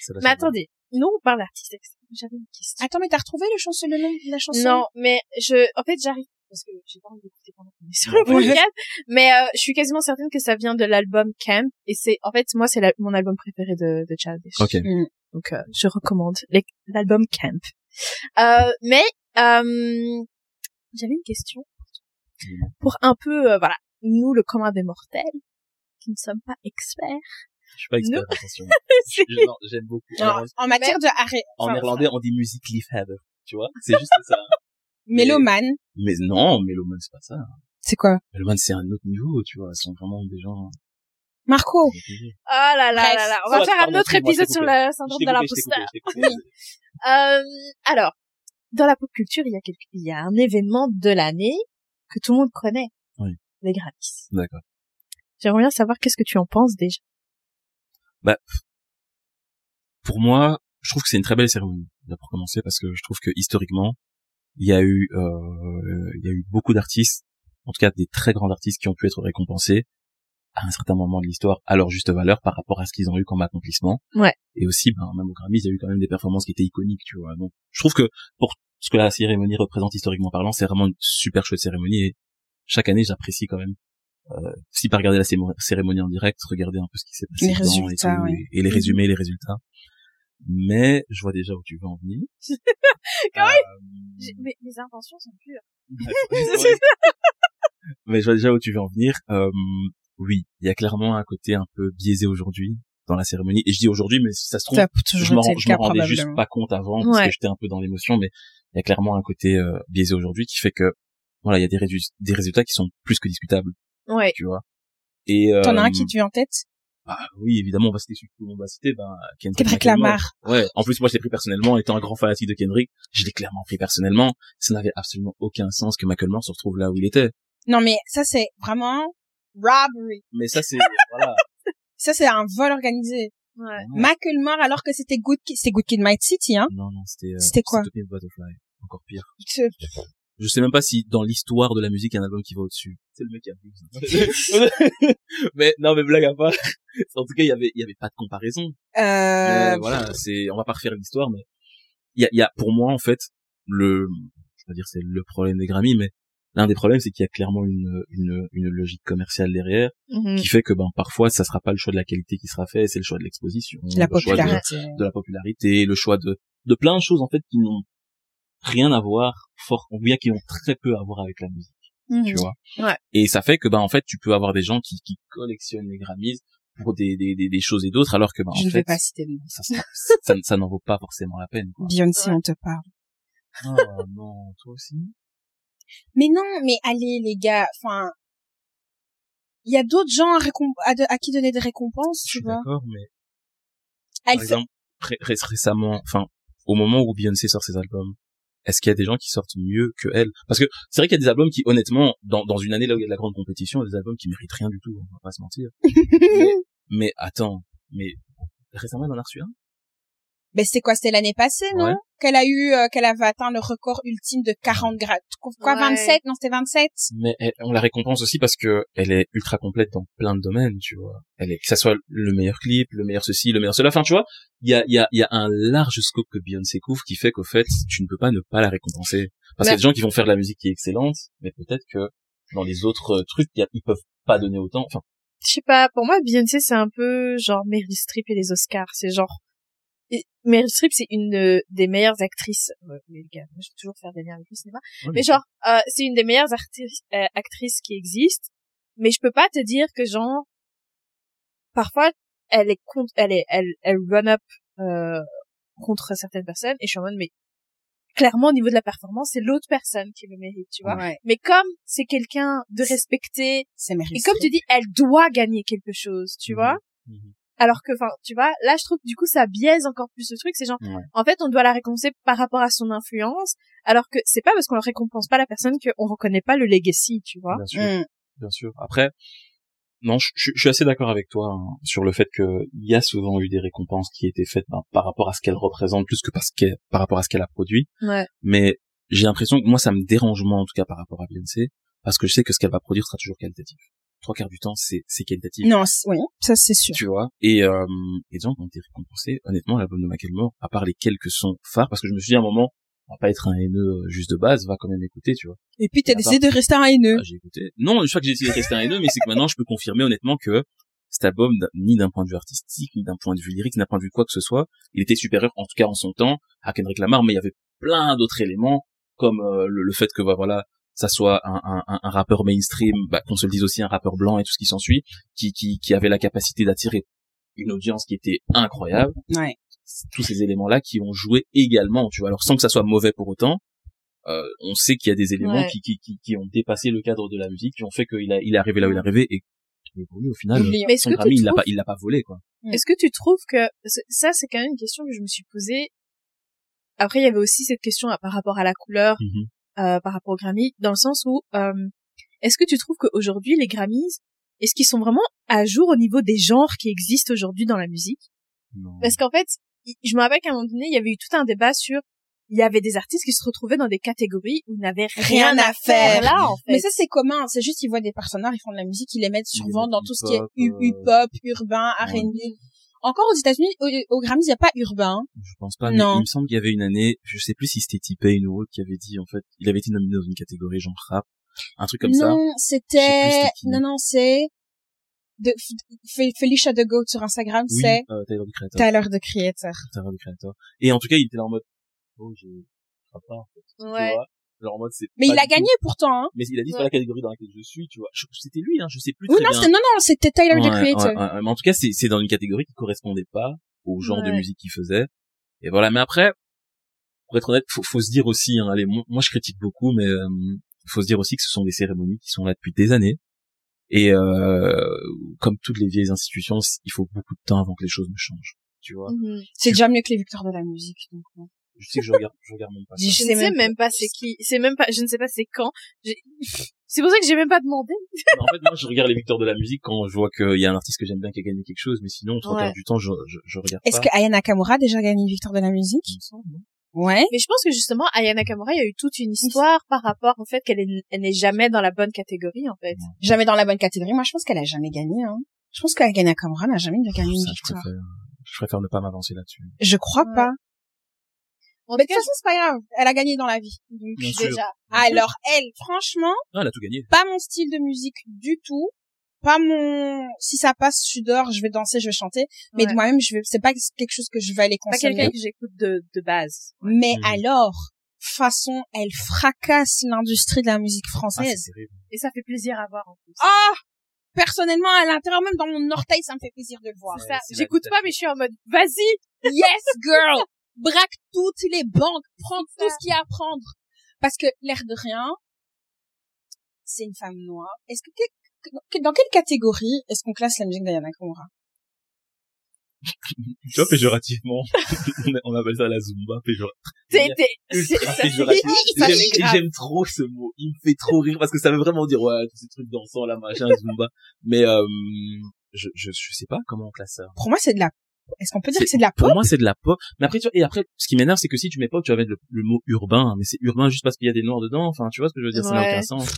S3: Celle-là,
S2: Mais
S3: c'est bon.
S2: attendez, nous on parle d'artiste extrait. J'avais une question.
S1: Attends, mais t'as retrouvé le chanson, le nom de la Ah, chanson?
S2: Non, mais je, en fait, j'arrive parce que j'ai pas envie d'écouter pendant qu'on est sur le podcast. Mais euh, je suis quasiment certaine que ça vient de l'album Camp et c'est, en fait, moi c'est la- mon album préféré de, de Childish.
S3: ok
S2: Donc euh, je recommande les- l'album Camp. Euh, mais euh, j'avais une question
S3: Dis-moi.
S2: pour un peu, euh, voilà, nous le commun des mortels qui ne sommes pas experts.
S3: je suis pas expert
S2: Non.
S3: attention Je- je- non, j'aime beaucoup en,
S1: Alors, en matière de arrêt,
S3: en
S1: enfin,
S3: néerlandais on dit musique Haber tu vois c'est juste ça
S1: mélomane,
S3: mais non Meloman c'est pas ça
S1: c'est quoi
S3: Meloman c'est un autre niveau tu vois ce sont vraiment des gens
S1: Marco,
S2: Oh là là
S1: Bref.
S2: là là, on
S3: Ça
S2: va
S3: va,
S2: faire un
S3: pardon,
S2: autre
S3: excuse-moi, je t'ai
S2: épisode sur
S3: coupé.
S2: le
S3: Je
S2: syndrome
S3: t'ai
S2: de
S3: coupé, je t'ai
S2: l'imposteur.
S3: coupé, je t'ai coupé.
S2: Euh, alors, dans la pop culture, il y a quelque... il y a un événement de l'année que tout le monde connaît.
S3: Oui.
S2: Les Grammys.
S3: d'accord
S2: J'aimerais bien savoir qu'est-ce que tu en penses déjà.
S3: pour moi, je trouve que c'est une très belle cérémonie. Déjà pour commencer, parce que je trouve que historiquement, il y a eu, euh, il y a eu beaucoup d'artistes en tout cas des très grands artistes qui ont pu être récompensés à un certain moment de l'histoire à leur juste valeur par rapport à ce qu'ils ont eu comme accomplissement.
S2: Ouais.
S3: Et aussi, ben, même au Grammy, il y a eu quand même des performances qui étaient iconiques, tu vois. Donc, je trouve que pour ce que la cérémonie représente historiquement parlant, c'est vraiment une super chouette cérémonie et chaque année, j'apprécie quand même. Euh, si pas regarder la cémo- cérémonie en direct, regarder un peu ce qui s'est passé
S1: Les
S3: dedans et
S1: résultats,
S3: tout,
S1: ouais. Mm-hmm.
S3: et, et les résumés, les résultats. Mais je vois déjà où tu veux en venir.
S2: Quand
S3: Euh,
S2: J'ai- Mais mes intentions sont pures.
S3: Ouais. mais je vois déjà où tu veux en venir. Euh, oui, il y a clairement un côté un peu biaisé aujourd'hui dans la cérémonie. Et je dis aujourd'hui, mais si ça se trouve,
S1: Ça a
S3: je m'en
S1: toujours été le
S3: je m'en
S1: cas,
S3: rendais juste
S1: probablement.
S3: pas compte avant parce
S2: Ouais.
S3: que j'étais un peu dans l'émotion, mais il y a clairement un côté euh, biaisé aujourd'hui qui fait que voilà, il y a des, résu- des résultats qui sont plus que discutables,
S2: Ouais.
S3: tu vois. Et
S1: T'en as un
S3: euh,
S1: qui te vient en tête?
S3: bah oui, évidemment, on va citer celui que tout le monde va citer, ben Kendrick,
S1: Kendrick
S3: Lamar.
S1: Lamar.
S3: Ouais, en plus moi je l'ai pris personnellement, étant un grand fanatique de Kendrick, je l'ai clairement pris personnellement. Ça n'avait absolument aucun sens que Michael Mann se retrouve là où il était.
S1: Non, mais ça, c'est vraiment robbery.
S3: Mais ça c'est voilà.
S1: Ça, c'est un vol organisé.
S2: Ouais.
S1: Michael Moore, alors que c'était Good Kid, c'est Good Kid, Mad City, hein. euh,
S3: Non non, c'était euh,
S1: C'était quoi
S3: Stupid Butterfly, encore pire. Je sais même pas si dans l'histoire de la musique il y a un album qui va au-dessus. C'est le mec qui a plus. mais non mais blague à part. En tout cas, il y avait il y avait pas de comparaison.
S1: Euh,
S3: Mais voilà, c'est on va pas refaire l'histoire, mais il y a, il y a pour moi en fait le, je veux dire c'est le problème des Grammy, mais l'un des problèmes c'est qu'il y a clairement une, une une logique commerciale derrière
S1: Mm.
S2: Mm-hmm.
S3: qui fait que ben parfois ça sera pas le choix de la qualité qui sera fait, c'est le choix de l'exposition,
S1: la
S3: le choix de-
S1: popularité.
S3: de, la popularité, le choix de de plein de choses en fait qui n'ont rien à voir fort ou bien qui ont très peu à voir avec la musique tu vois.
S2: Ouais.
S3: Et ça fait que ben en fait tu peux avoir des gens qui qui collectionnent les Grammys pour des des des, des choses et d'autres alors que ben
S1: Je
S3: en
S1: ne vais
S3: fait
S1: pas citer de nom.
S3: ça, ça, ça, ça n'en vaut pas forcément la peine. Quoi.
S1: Beyoncé,
S2: Ouais.
S1: on te parle.
S3: Oh non, toi aussi.
S1: Mais non, mais allez, les gars, enfin, il y a d'autres gens à, récom- à, de- à qui donner des récompenses,
S3: Je
S1: tu
S3: suis
S1: vois.
S3: d'accord, mais
S1: Elle
S3: par exemple ré- ré- récemment, enfin au moment où Beyoncé sort ses albums, est-ce qu'il y a des gens qui sortent mieux que elle Parce que c'est vrai qu'il y a des albums qui, honnêtement, dans dans une année là où il y a de la grande compétition, il y a des albums qui méritent rien du tout. On va pas se mentir.
S1: fait-
S3: Mais attends, mais récemment elle en a reçu un.
S1: Mais Ben, c'est quoi, c'était l'année passée, non
S3: Ouais.
S1: Qu'elle a eu, euh, qu'elle avait atteint le record ultime de 40 grades. Quoi,
S2: Ouais.
S1: 27 Non, c'était 27
S3: mais elle- on la récompense aussi parce que elle est ultra complète dans plein de domaines, tu vois. Elle est que ça soit le meilleur clip, le meilleur ceci, le meilleur cela. Enfin, tu vois, il y a, il y a, il y a un large scope que Beyoncé couvre qui fait qu'au fait, tu ne peux pas ne pas la récompenser. Parce qu'il y a des gens qui vont faire de la musique qui est excellente, mais peut-être que dans les autres euh, trucs, il y a- ils peuvent pas donner autant. Enfin,
S2: Je sais pas, pour moi, Beyoncé, c'est un peu genre Meryl Streep et les Oscars. C'est genre... et Meryl Streep, c'est une euh, des meilleures actrices. Ouais, les gars, moi, je vais toujours faire des liens avec le cinéma. Mais genre, euh, c'est une des meilleures artis- euh, actrices qui existent. Mais je peux pas te dire que genre, parfois, elle est contre, elle est, elle, elle run up euh, contre certaines personnes. Et je suis en mode, mais clairement au niveau de la performance, c'est l'autre personne qui le mérite, tu vois.
S1: Ouais,
S2: Mais comme c'est quelqu'un de respecté,
S1: c'est mérité.
S2: et comme tu dis, elle doit gagner quelque chose, tu
S3: Mhm.
S2: vois.
S3: Mhm.
S2: Alors que, enfin, tu vois, là, je trouve que du coup, ça biaise encore plus le truc. C'est genre,
S3: Ouais.
S2: en fait, on doit la récompenser par rapport à son influence, alors que c'est pas parce qu'on ne récompense pas la personne qu'on reconnaît pas le legacy, tu vois.
S3: bien sûr.
S1: Mm.
S3: bien sûr. Après, non, je, je- je suis assez d'accord avec toi hein, sur le fait que il y a souvent eu des récompenses qui étaient faites ben, par rapport à ce qu'elle représente plus que parce qu'elle- par rapport à ce qu'elle a produit.
S2: Ouais.
S3: Mais j'ai l'impression que moi, ça me dérange moins en tout cas par rapport à Beyoncé, parce que je sais que ce qu'elle va produire sera toujours qualitatif. Trois quarts du temps, c'est c'est qualitatif.
S1: Non, c'est- oui, ça c'est sûr.
S3: Tu vois. Et euh, les gens qui ont été récompensés, honnêtement, l'album de Macklemore, à part les quelques sons phares, parce que je me suis dit à un moment, on va pas être un haineux euh, juste de base, va quand même écouter, tu vois.
S1: Et puis t'as
S3: Ah bah.
S1: décidé de rester E. un haineux.
S3: Ah, j'ai écouté. Non, je crois que j'ai essayé de rester un haineux, mais c'est que maintenant, je peux confirmer honnêtement que cet album, d'un- ni d'un point de vue artistique, ni d'un point de vue lyrique, ni d'un point de vue quoi que ce soit, il était supérieur, en tout cas en son temps, à Kendrick Lamar, mais il y avait plein d'autres éléments, comme euh, le, le fait que, bah, voilà, ça soit un, un- un- un rappeur mainstream, bah, qu'on se le dise aussi un rappeur blanc et tout ce qui s'ensuit, qui, qui, qui avait la capacité d'attirer une audience qui était incroyable
S1: Ouais.
S3: tous ces éléments là qui ont joué également tu vois alors sans que ça soit mauvais pour autant euh, on sait qu'il y a des éléments
S2: Ouais.
S3: qui, qui, qui, qui ont dépassé le cadre de la musique qui ont fait qu'il a, il est arrivé là où il est arrivé et et pour lui au final
S1: Oublions.
S2: Mais est-ce
S3: son
S2: que
S3: Grammy
S2: tu
S3: il l'a
S2: trouves-
S3: pas il l'a pas volé quoi
S2: Est-ce que tu trouves que parce que ça, c'est quand même une question que je me suis posée. Après, il y avait aussi cette question à- par rapport à la couleur, euh, par rapport aux Grammys, dans le sens où euh, est-ce que tu trouves qu'aujourd'hui les Grammys, est-ce qu'ils sont vraiment à jour au niveau des genres qui existent aujourd'hui dans la musique
S3: Non.
S2: Parce qu'en fait, il- je me rappelle qu'à un moment donné, il y avait eu tout un débat sur il y avait des artistes qui se retrouvaient dans des catégories où ils n'avaient rien,
S1: Rien à
S2: à faire
S1: faire.
S2: là, en fait.
S1: Mais ça, c'est commun. hein. C'est juste, ils voient des partenaires, ils font de la musique, ils les mettent sur
S3: Ils
S1: vente
S3: mettent
S1: dans
S3: du
S1: tout ce qui est
S3: pop,
S1: hu-
S3: euh,
S1: hip-hop, urbain, R&B. Encore aux États-Unis, au, au Grammys, il n'y a pas urbain.
S3: Je pense pas, mais
S1: Non.
S3: il me semble qu'il y avait une année, je sais plus si c'était T-Pain ou autre, qui avait dit, en fait, il avait été nominé dans une catégorie genre rap, un truc comme ça.
S1: non,
S3: Je sais
S1: c'était,
S3: plus c'était qui.
S1: non, non, c'est, de, F- F- Felicia de Goat sur Instagram,
S3: Oui,
S1: c'est
S3: euh, Tyler, the Creator,
S1: Tyler de Creator.
S3: Tyler, the Creator. Et en tout cas, il était là en mode, oh, je, je crois pas, en fait,
S2: Ouais.
S3: tu vois. Genre en mode, c'est
S1: Mais
S3: pas
S1: il a
S3: du tout-
S1: gagné pourtant, hein.
S3: Mais il a dit, c'est
S2: Ouais.
S3: pas la catégorie dans laquelle je suis, tu vois. Je- C'était lui, hein, je sais plus
S1: Oui,
S3: très
S1: non,
S3: bien.
S1: c'est, non, non, c'était Tyler de
S3: Ouais,
S1: Creator.
S3: ouais, ouais, ouais. Mais en tout cas, c'est, c'est dans une catégorie qui correspondait pas au genre de
S2: Ouais.
S3: musique qu'il faisait. Et voilà. Mais après, pour être honnête, faut, faut se dire aussi, hein, allez, moi, moi, je critique beaucoup, mais euh, faut se dire aussi que ce sont des cérémonies qui sont là depuis des années. Et euh, comme toutes les vieilles institutions, c- il faut beaucoup de temps avant que les choses ne changent. Tu vois.
S2: Mhm.
S1: C'est déjà mieux que les victoires de la musique. donc, ouais.
S3: Je sais que je regarde, je regarde même pas.
S1: Je
S3: ça.
S2: Je ne sais même pas c'est qui, c'est même pas, je ne sais pas c'est quand. J'ai- C'est pour ça que j'ai même pas demandé.
S3: en fait, moi, je regarde les victoires de la musique quand je vois qu'il y a un artiste que j'aime bien qui a gagné quelque chose, mais sinon, trois quarts
S2: Ouais.
S3: du temps, je, je, je regarde
S1: Est-ce
S3: pas.
S1: que Aya Nakamura a déjà gagné une victoire de la musique?
S3: Il me semble, non
S1: Ouais.
S2: Mais je pense que justement, Aya Nakamura, il y a eu toute une histoire par rapport au fait qu'elle est- elle n'est jamais dans la bonne catégorie, en fait.
S1: Jamais dans la bonne catégorie. Moi, je pense qu'elle a jamais gagné, hein. Je pense qu'Aya Nakamura n'a jamais
S3: Ça,
S1: gagné une
S3: je
S1: victoire.
S3: préfère, je préfère ne pas m'avancer là-dessus.
S1: Je crois
S2: Ouais.
S1: pas.
S2: En
S1: Mais de
S2: tout
S1: toute
S2: cas,
S1: façon, c'est pas grave. Elle a gagné dans la vie. Donc,
S3: Mm, Bien sûr.
S2: déjà.
S1: Ah, alors, elle, franchement,
S3: Non, elle a tout gagné.
S1: pas mon style de musique du tout. Pas mon, si ça passe, je suis dehors, je vais danser, je vais chanter. Mais de
S2: Ouais.
S1: moi-même, je vais, c'est pas quelque chose que je vais aller
S2: pas
S1: consommer.
S2: quelqu'un que j'écoute de, de base.
S1: Mais
S3: Mhm.
S1: alors, façon, elle fracasse l'industrie de la musique
S3: Ah, c'est
S1: française.
S3: terrible.
S2: Et ça fait plaisir à voir, en plus.
S1: Ah, personnellement, à l'intérieur, même dans mon orteil, ça me fait plaisir de le voir.
S2: C'est ça.
S3: c'est la
S2: J'écoute
S3: vie,
S2: pas, mais je suis en mode, vas-y!
S1: Yes, girl! Braque toutes les banques, prends tout ce qu'il y a à prendre. Parce que, l'air de rien, c'est une femme noire. Est-ce que, que- que- dans quelle catégorie est-ce qu'on classe la musique d'Ayana Kamura?
S3: Tu vois, péjorativement, on a- on appelle ça la Zumba péjorative.
S2: T'es, t'es, c'est-
S3: Ultra
S2: ça-
S3: péjorative.
S1: Ça,
S3: J'aime-
S1: c'est grave.
S3: J'aime trop ce mot. Il me fait trop rire parce que ça veut vraiment dire, ouais, tous ces trucs dansants, là, machin, Zumba. Mais, euh, je, je, je sais pas comment on classe ça.
S1: Pour moi, c'est de la, est-ce qu'on peut dire
S3: C'est-
S1: que c'est de la
S3: Pour
S1: pop?
S3: moi, c'est de la pop. Mais après, tu vois, et après, ce qui m'énerve, c'est que si tu mets pop, tu vas mettre le, le mot urbain. Mais c'est urbain juste parce qu'il y a des noirs dedans. Enfin, tu vois ce que je veux dire? Ça n'a
S2: Ouais.
S3: aucun sens.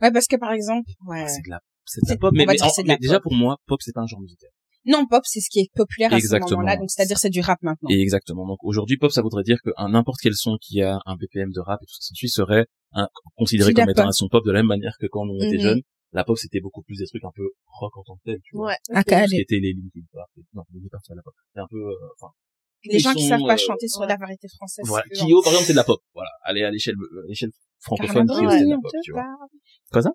S1: Ouais, parce que par exemple, ouais.
S3: C'est de la, c'est de la
S1: C'est-
S3: pop.
S1: on
S3: Mais,
S1: va
S3: mais
S1: dire
S3: en-
S1: que c'est de la
S3: mais déjà,
S1: pop.
S3: pour moi, pop, c'est pas un genre musical.
S1: Non, pop, c'est ce qui est populaire à ce
S3: Exactement.
S1: moment-là. Donc, c'est-à-dire, c'est du rap maintenant.
S3: Et exactement. Donc aujourd'hui, pop, ça voudrait dire qu'un n'importe quel son qui a un BPM de rap et tout ça s'ensuit serait un- considéré
S1: C'est de la
S3: comme étant
S1: pop.
S3: un son pop de la même manière que quand on était
S2: Mhm.
S3: jeune. La pop, c'était beaucoup plus des trucs un peu rock en tant que tel, tu vois.
S2: Ouais.
S1: Ah,
S3: Tout
S1: quand
S3: ce
S1: même.
S3: qui était les Linkin Park, les- non, les Linkin Park, c'est pas la pop. C'est un peu, euh, enfin.
S1: les gens qui
S3: sons,
S1: savent pas
S3: euh,
S1: chanter sur
S2: ouais.
S1: la variété française.
S3: Voilà.
S1: c'est
S3: Kyo, par exemple, c'est de la pop. Voilà. Allez, à l'échelle, euh, à l'échelle francophone,
S1: Carla
S3: Kyo,
S1: Bruni,
S3: c'est de la
S1: on
S3: pop,
S1: te
S3: tu vois.
S1: parle.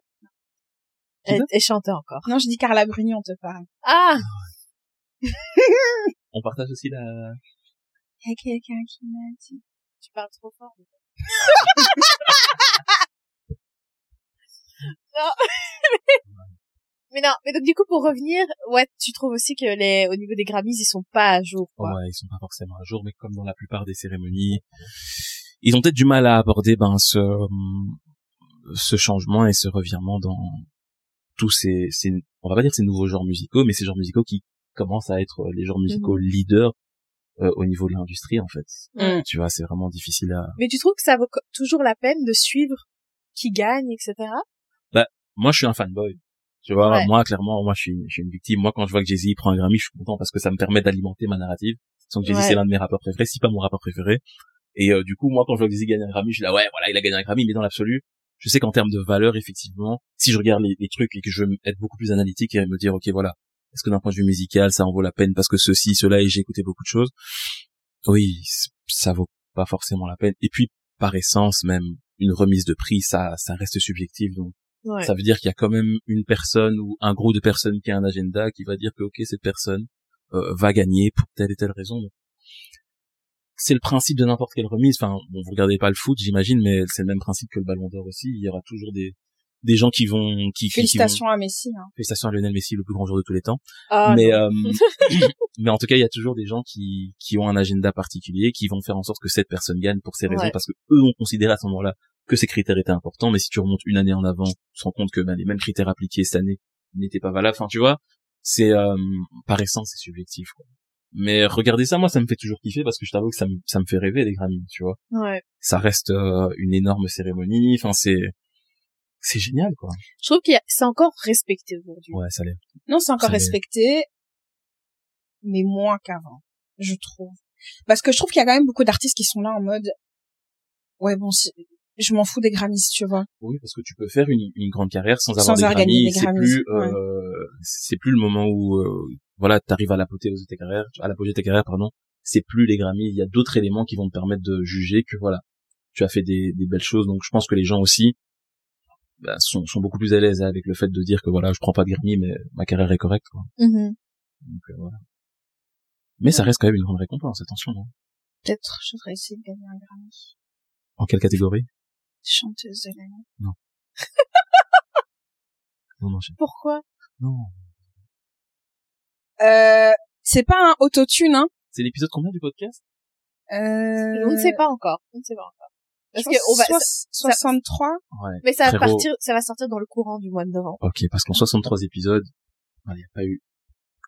S2: Elle, elle chantait encore.
S1: Non, je dis Carla Bruni, on te parle.
S2: Ah!
S3: On partage aussi la,
S1: Y a quelqu'un qui m'a dit.
S2: Tu parles trop fort. non. mais non. Mais donc, du coup, pour revenir, ouais, tu trouves aussi que les, au niveau des Grammys, ils sont pas à jour,
S3: Ouais.
S2: quoi.
S3: ils sont pas forcément à jour, mais comme dans la plupart des cérémonies, ils ont peut-être du mal à aborder ben ce hum, ce changement et ce revirement dans tous ces, ces on va pas dire ces nouveaux genres musicaux, mais ces genres musicaux qui commencent à être euh, les genres musicaux leaders euh, au niveau de l'industrie en fait.
S1: Mm.
S3: Tu vois, c'est vraiment difficile à.
S2: Mais tu trouves que ça vaut co- toujours la peine de suivre qui gagne, etc.
S3: Moi, je suis un fanboy. Tu vois,
S2: Ouais.
S3: moi clairement, moi je suis, je suis une victime. Moi, quand je vois que Jay Z prend un Grammy, je suis content parce que ça me permet d'alimenter ma narrative. Donc Jay Z
S2: Ouais.
S3: c'est l'un de mes rappeurs préférés, si pas mon rappeur préféré. Et euh, du coup, moi, quand je vois que Jay-Z gagne un Grammy, je suis là, ouais, voilà, il a gagné un Grammy, mais dans l'absolu, je sais qu'en termes de valeur, effectivement, si je regarde les, les trucs et que je veux être beaucoup plus analytique et me dire, ok, voilà, est-ce que d'un point de vue musical, ça en vaut la peine parce que ceci, cela, et j'ai écouté beaucoup de choses. Oui, c- ça vaut pas forcément la peine. Et puis, par essence, même, une remise de prix, ça, ça reste subjectif, donc
S2: Ouais.
S3: ça veut dire qu'il y a quand même une personne ou un groupe de personnes qui a un agenda qui va dire que ok cette personne euh, va gagner pour telle et telle raison. C'est le principe de n'importe quelle remise. Enfin, bon, vous regardez pas le foot, j'imagine, mais c'est le même principe que le Ballon d'Or aussi. Il y aura toujours des des gens qui vont qui qui- qui vont-
S1: Félicitations à Messi, hein.
S3: félicitations à Lionel Messi, le plus grand joueur de tous les temps
S2: Ah,
S3: mais
S2: non.
S3: euh, mais en tout cas il y a toujours des gens qui qui ont un agenda particulier qui vont faire en sorte que cette personne gagne pour ces raisons
S2: Ouais.
S3: parce que eux ont considéré à ce moment-là que ces critères étaient importants mais si tu remontes une année en avant tu te rends compte que ben, les mêmes critères appliqués cette année n'étaient pas valables enfin tu vois c'est euh, par essence c'est subjectif quoi. Mais regarder ça, moi, ça me fait toujours kiffer parce que je t'avoue que ça me, ça me fait rêver les Grammys, tu vois.
S2: Ouais.
S3: Ça reste euh, une énorme cérémonie. Enfin, c'est c'est génial, quoi.
S2: Je trouve qu'il y a, c'est encore respecté aujourd'hui.
S3: Ouais, ça l'est.
S1: Non, c'est encore
S3: C'est-
S1: respecté, mais moins qu'avant, je trouve. Parce que je trouve qu'il y a quand même beaucoup d'artistes qui sont là en mode, ouais bon, c'est- je m'en fous des Grammys, tu vois.
S3: Oui, parce que tu peux faire une, une grande carrière sans
S1: Sans
S3: avoir des
S1: avoir gagné
S3: Grammys.
S1: des Grammys,
S3: C'est plus, euh, c'est plus le moment où, euh, voilà, t'arrives à l'apothéose de ta carrière, à l'apogée de ta carrière, pardon. C'est plus les Grammys. Il y a d'autres éléments qui vont te permettre de juger que voilà, tu as fait des, des belles choses. Donc, je pense que les gens aussi bah, sont, sont beaucoup plus à l'aise avec le fait de dire que voilà, je prends pas de Grammy, mais ma carrière est correcte. Quoi.
S1: Mmh.
S2: Mhm.
S3: Donc, euh, voilà. Mais ça reste quand même une grande récompense. Attention. hein.
S1: Peut-être je devrais essayer de gagner un Grammy.
S3: En quelle catégorie
S1: Chanteuse de l'année.
S3: Non, non, je-
S2: Pourquoi
S3: non.
S1: Euh, c'est pas un autotune, hein.
S3: C'est l'épisode combien du podcast
S1: Euh,
S2: On ne sait pas encore. On ne sait pas encore.
S1: je
S2: Parce
S1: pense
S2: que on va.
S1: soix- 63.
S3: Ouais.
S2: Mais ça va
S3: Frérot.
S2: partir, ça va sortir dans le courant du mois de novembre.
S3: Ok, parce qu'en 63 épisodes, il n'y a pas eu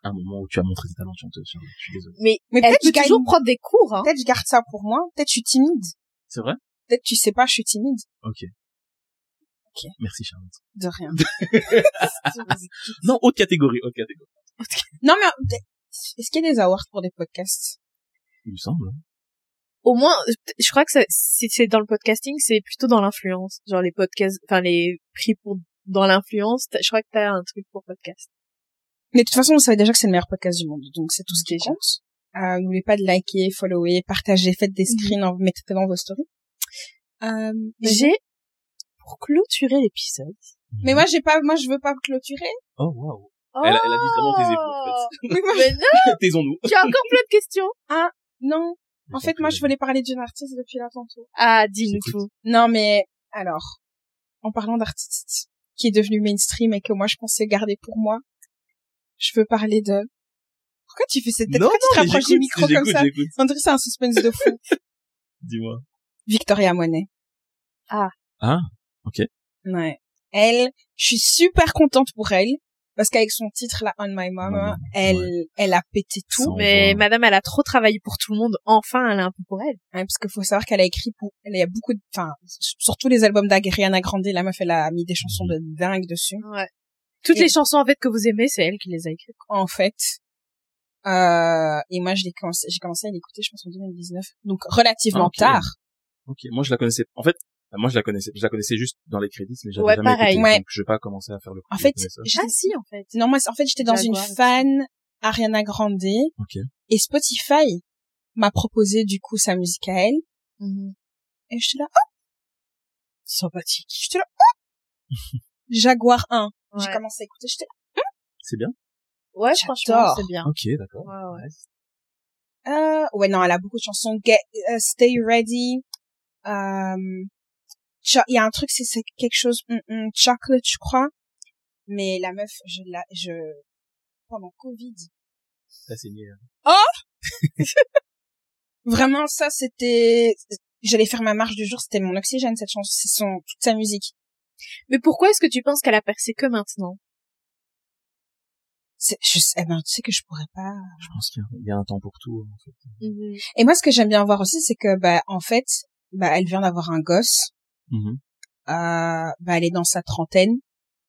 S3: un moment où tu as montré tes talents de chanteuse. Charlotte, Je suis désolé.
S2: Mais
S1: Mais
S2: elle
S1: peut-être je
S2: peut
S1: gagne.
S2: toujours prendre des cours. Hein.
S1: Peut-être je garde ça pour moi. Peut-être je suis timide.
S3: C'est vrai
S1: Peut-être tu sais pas, je suis timide.
S3: Ok.
S1: Ok.
S3: Merci Charlotte.
S1: De rien. Ah,
S3: Non, autre catégorie, autre catégorie.
S1: non mais euh, est-ce qu'il y a des awards pour des podcasts
S3: Il me semble. hein.
S2: Au moins, je crois que ça- si c'est dans le podcasting, c'est plutôt dans l'influence. Genre les podcasts, enfin les prix pour dans l'influence. t'as- Je crois que t'as un truc pour podcast.
S1: Mais de toute façon, on savait déjà que c'est le meilleur podcast du monde, donc c'est tout ce qui
S2: Déjà.
S1: compte. Euh, N'oubliez pas de liker, follower, partager, faites des screens, en- mettez dans vos stories. Euh, mais-
S2: J'ai pour clôturer l'épisode.
S1: mais moi j'ai pas, moi je veux pas clôturer.
S3: Oh waouh. Elle a- elle a dit vraiment tes épaules, en
S1: Mais moi,
S2: Mais non,
S3: Taisons-nous.
S2: tu as encore plein de questions.
S1: non. En fait, moi je voulais parler d'une artiste depuis là tantôt.
S2: Ah, dis-nous
S3: J'écoute.
S2: tout.
S1: Non mais alors, en parlant d'artiste qui est devenu mainstream et que moi je pensais garder pour moi, je veux parler de. Pourquoi tu fais cette tête
S3: Non,
S1: Pourquoi tu te
S3: non, mais
S1: rapproches du
S3: j'écoute,
S1: micro comme
S3: j'écoute,
S1: ça
S3: j'écoute.
S1: On dirait que c'est un suspense de fou.
S3: Dis-moi.
S1: Victoria Monet.
S2: Ah.
S3: Ah, ok.
S1: Ouais. Elle, je suis super contente pour elle parce qu'avec son titre là On My Mama,
S3: Maman,
S1: elle elle a pété tout.
S3: Sans-
S2: Mais
S3: revoir.
S2: madame, elle a trop travaillé pour tout le monde. Enfin, elle a un peu pour elle.
S1: Ouais, hein, parce qu'il faut savoir qu'elle a écrit pour elle a beaucoup de enfin surtout les albums d'Ariana Grande, la meuf elle a mis des chansons de dingue dessus.
S2: Ouais. Toutes
S1: Et- Ah,
S2: les chansons en fait que vous aimez, c'est elle qui les a écrites.
S1: en fait. Euh, et moi, je l'ai commencé, j'ai commencé à l'écouter, je pense, en 2019. Donc, relativement
S3: Ah, ok.
S1: tard.
S3: Ok, moi je la connaissais. En fait, moi je la connaissais, je la connaissais juste dans les crédits, mais j'avais
S2: Ouais,
S3: jamais
S2: pareil.
S3: écouté,
S1: Ouais.
S3: donc je vais pas commencer à faire le.
S1: En fait,
S3: de ça.
S1: j'étais-
S2: Ah, si, en fait.
S1: non, moi, en fait, j'étais dans une
S2: Jaguar.
S1: fan Ariana Grande.
S3: Ok.
S1: Et Spotify m'a proposé, du coup, sa musique à elle.
S2: Mm-hmm.
S1: Et j'étais là, oh! Sympathique. J'étais là, oh! Jaguar 1. J'ai
S2: Ouais.
S1: commencé à écouter, j'étais
S3: C'est bien.
S2: Ouais,
S1: J'adore.
S2: franchement, c'est
S1: Ah.
S2: bien.
S3: Ok, d'accord.
S2: Ouais, ouais.
S1: là, euh, ouais, non, elle a beaucoup de chansons. Get, euh, stay ready. Euh, Cho- il y a un truc, c'est c'est quelque chose, hum, hum, chocolate, je crois. Mais la meuf, je la, je, pendant Covid.
S3: Ça c'est mieux.
S1: Vraiment, ça, c'était, j'allais faire ma marche du jour, c'était mon oxygène, cette chanson, c'est son, toute sa musique.
S2: Mais pourquoi est-ce que tu penses qu'elle a percé que maintenant
S1: C'est, je, eh ben, tu sais que je pourrais pas.
S3: Je pense qu'il y a- il y a un temps pour tout. En fait.
S1: Et moi, ce que j'aime bien voir aussi, c'est que, bah, en fait, bah, elle vient d'avoir un gosse.
S3: Mhm.
S1: euh, bah, elle est dans sa trentaine.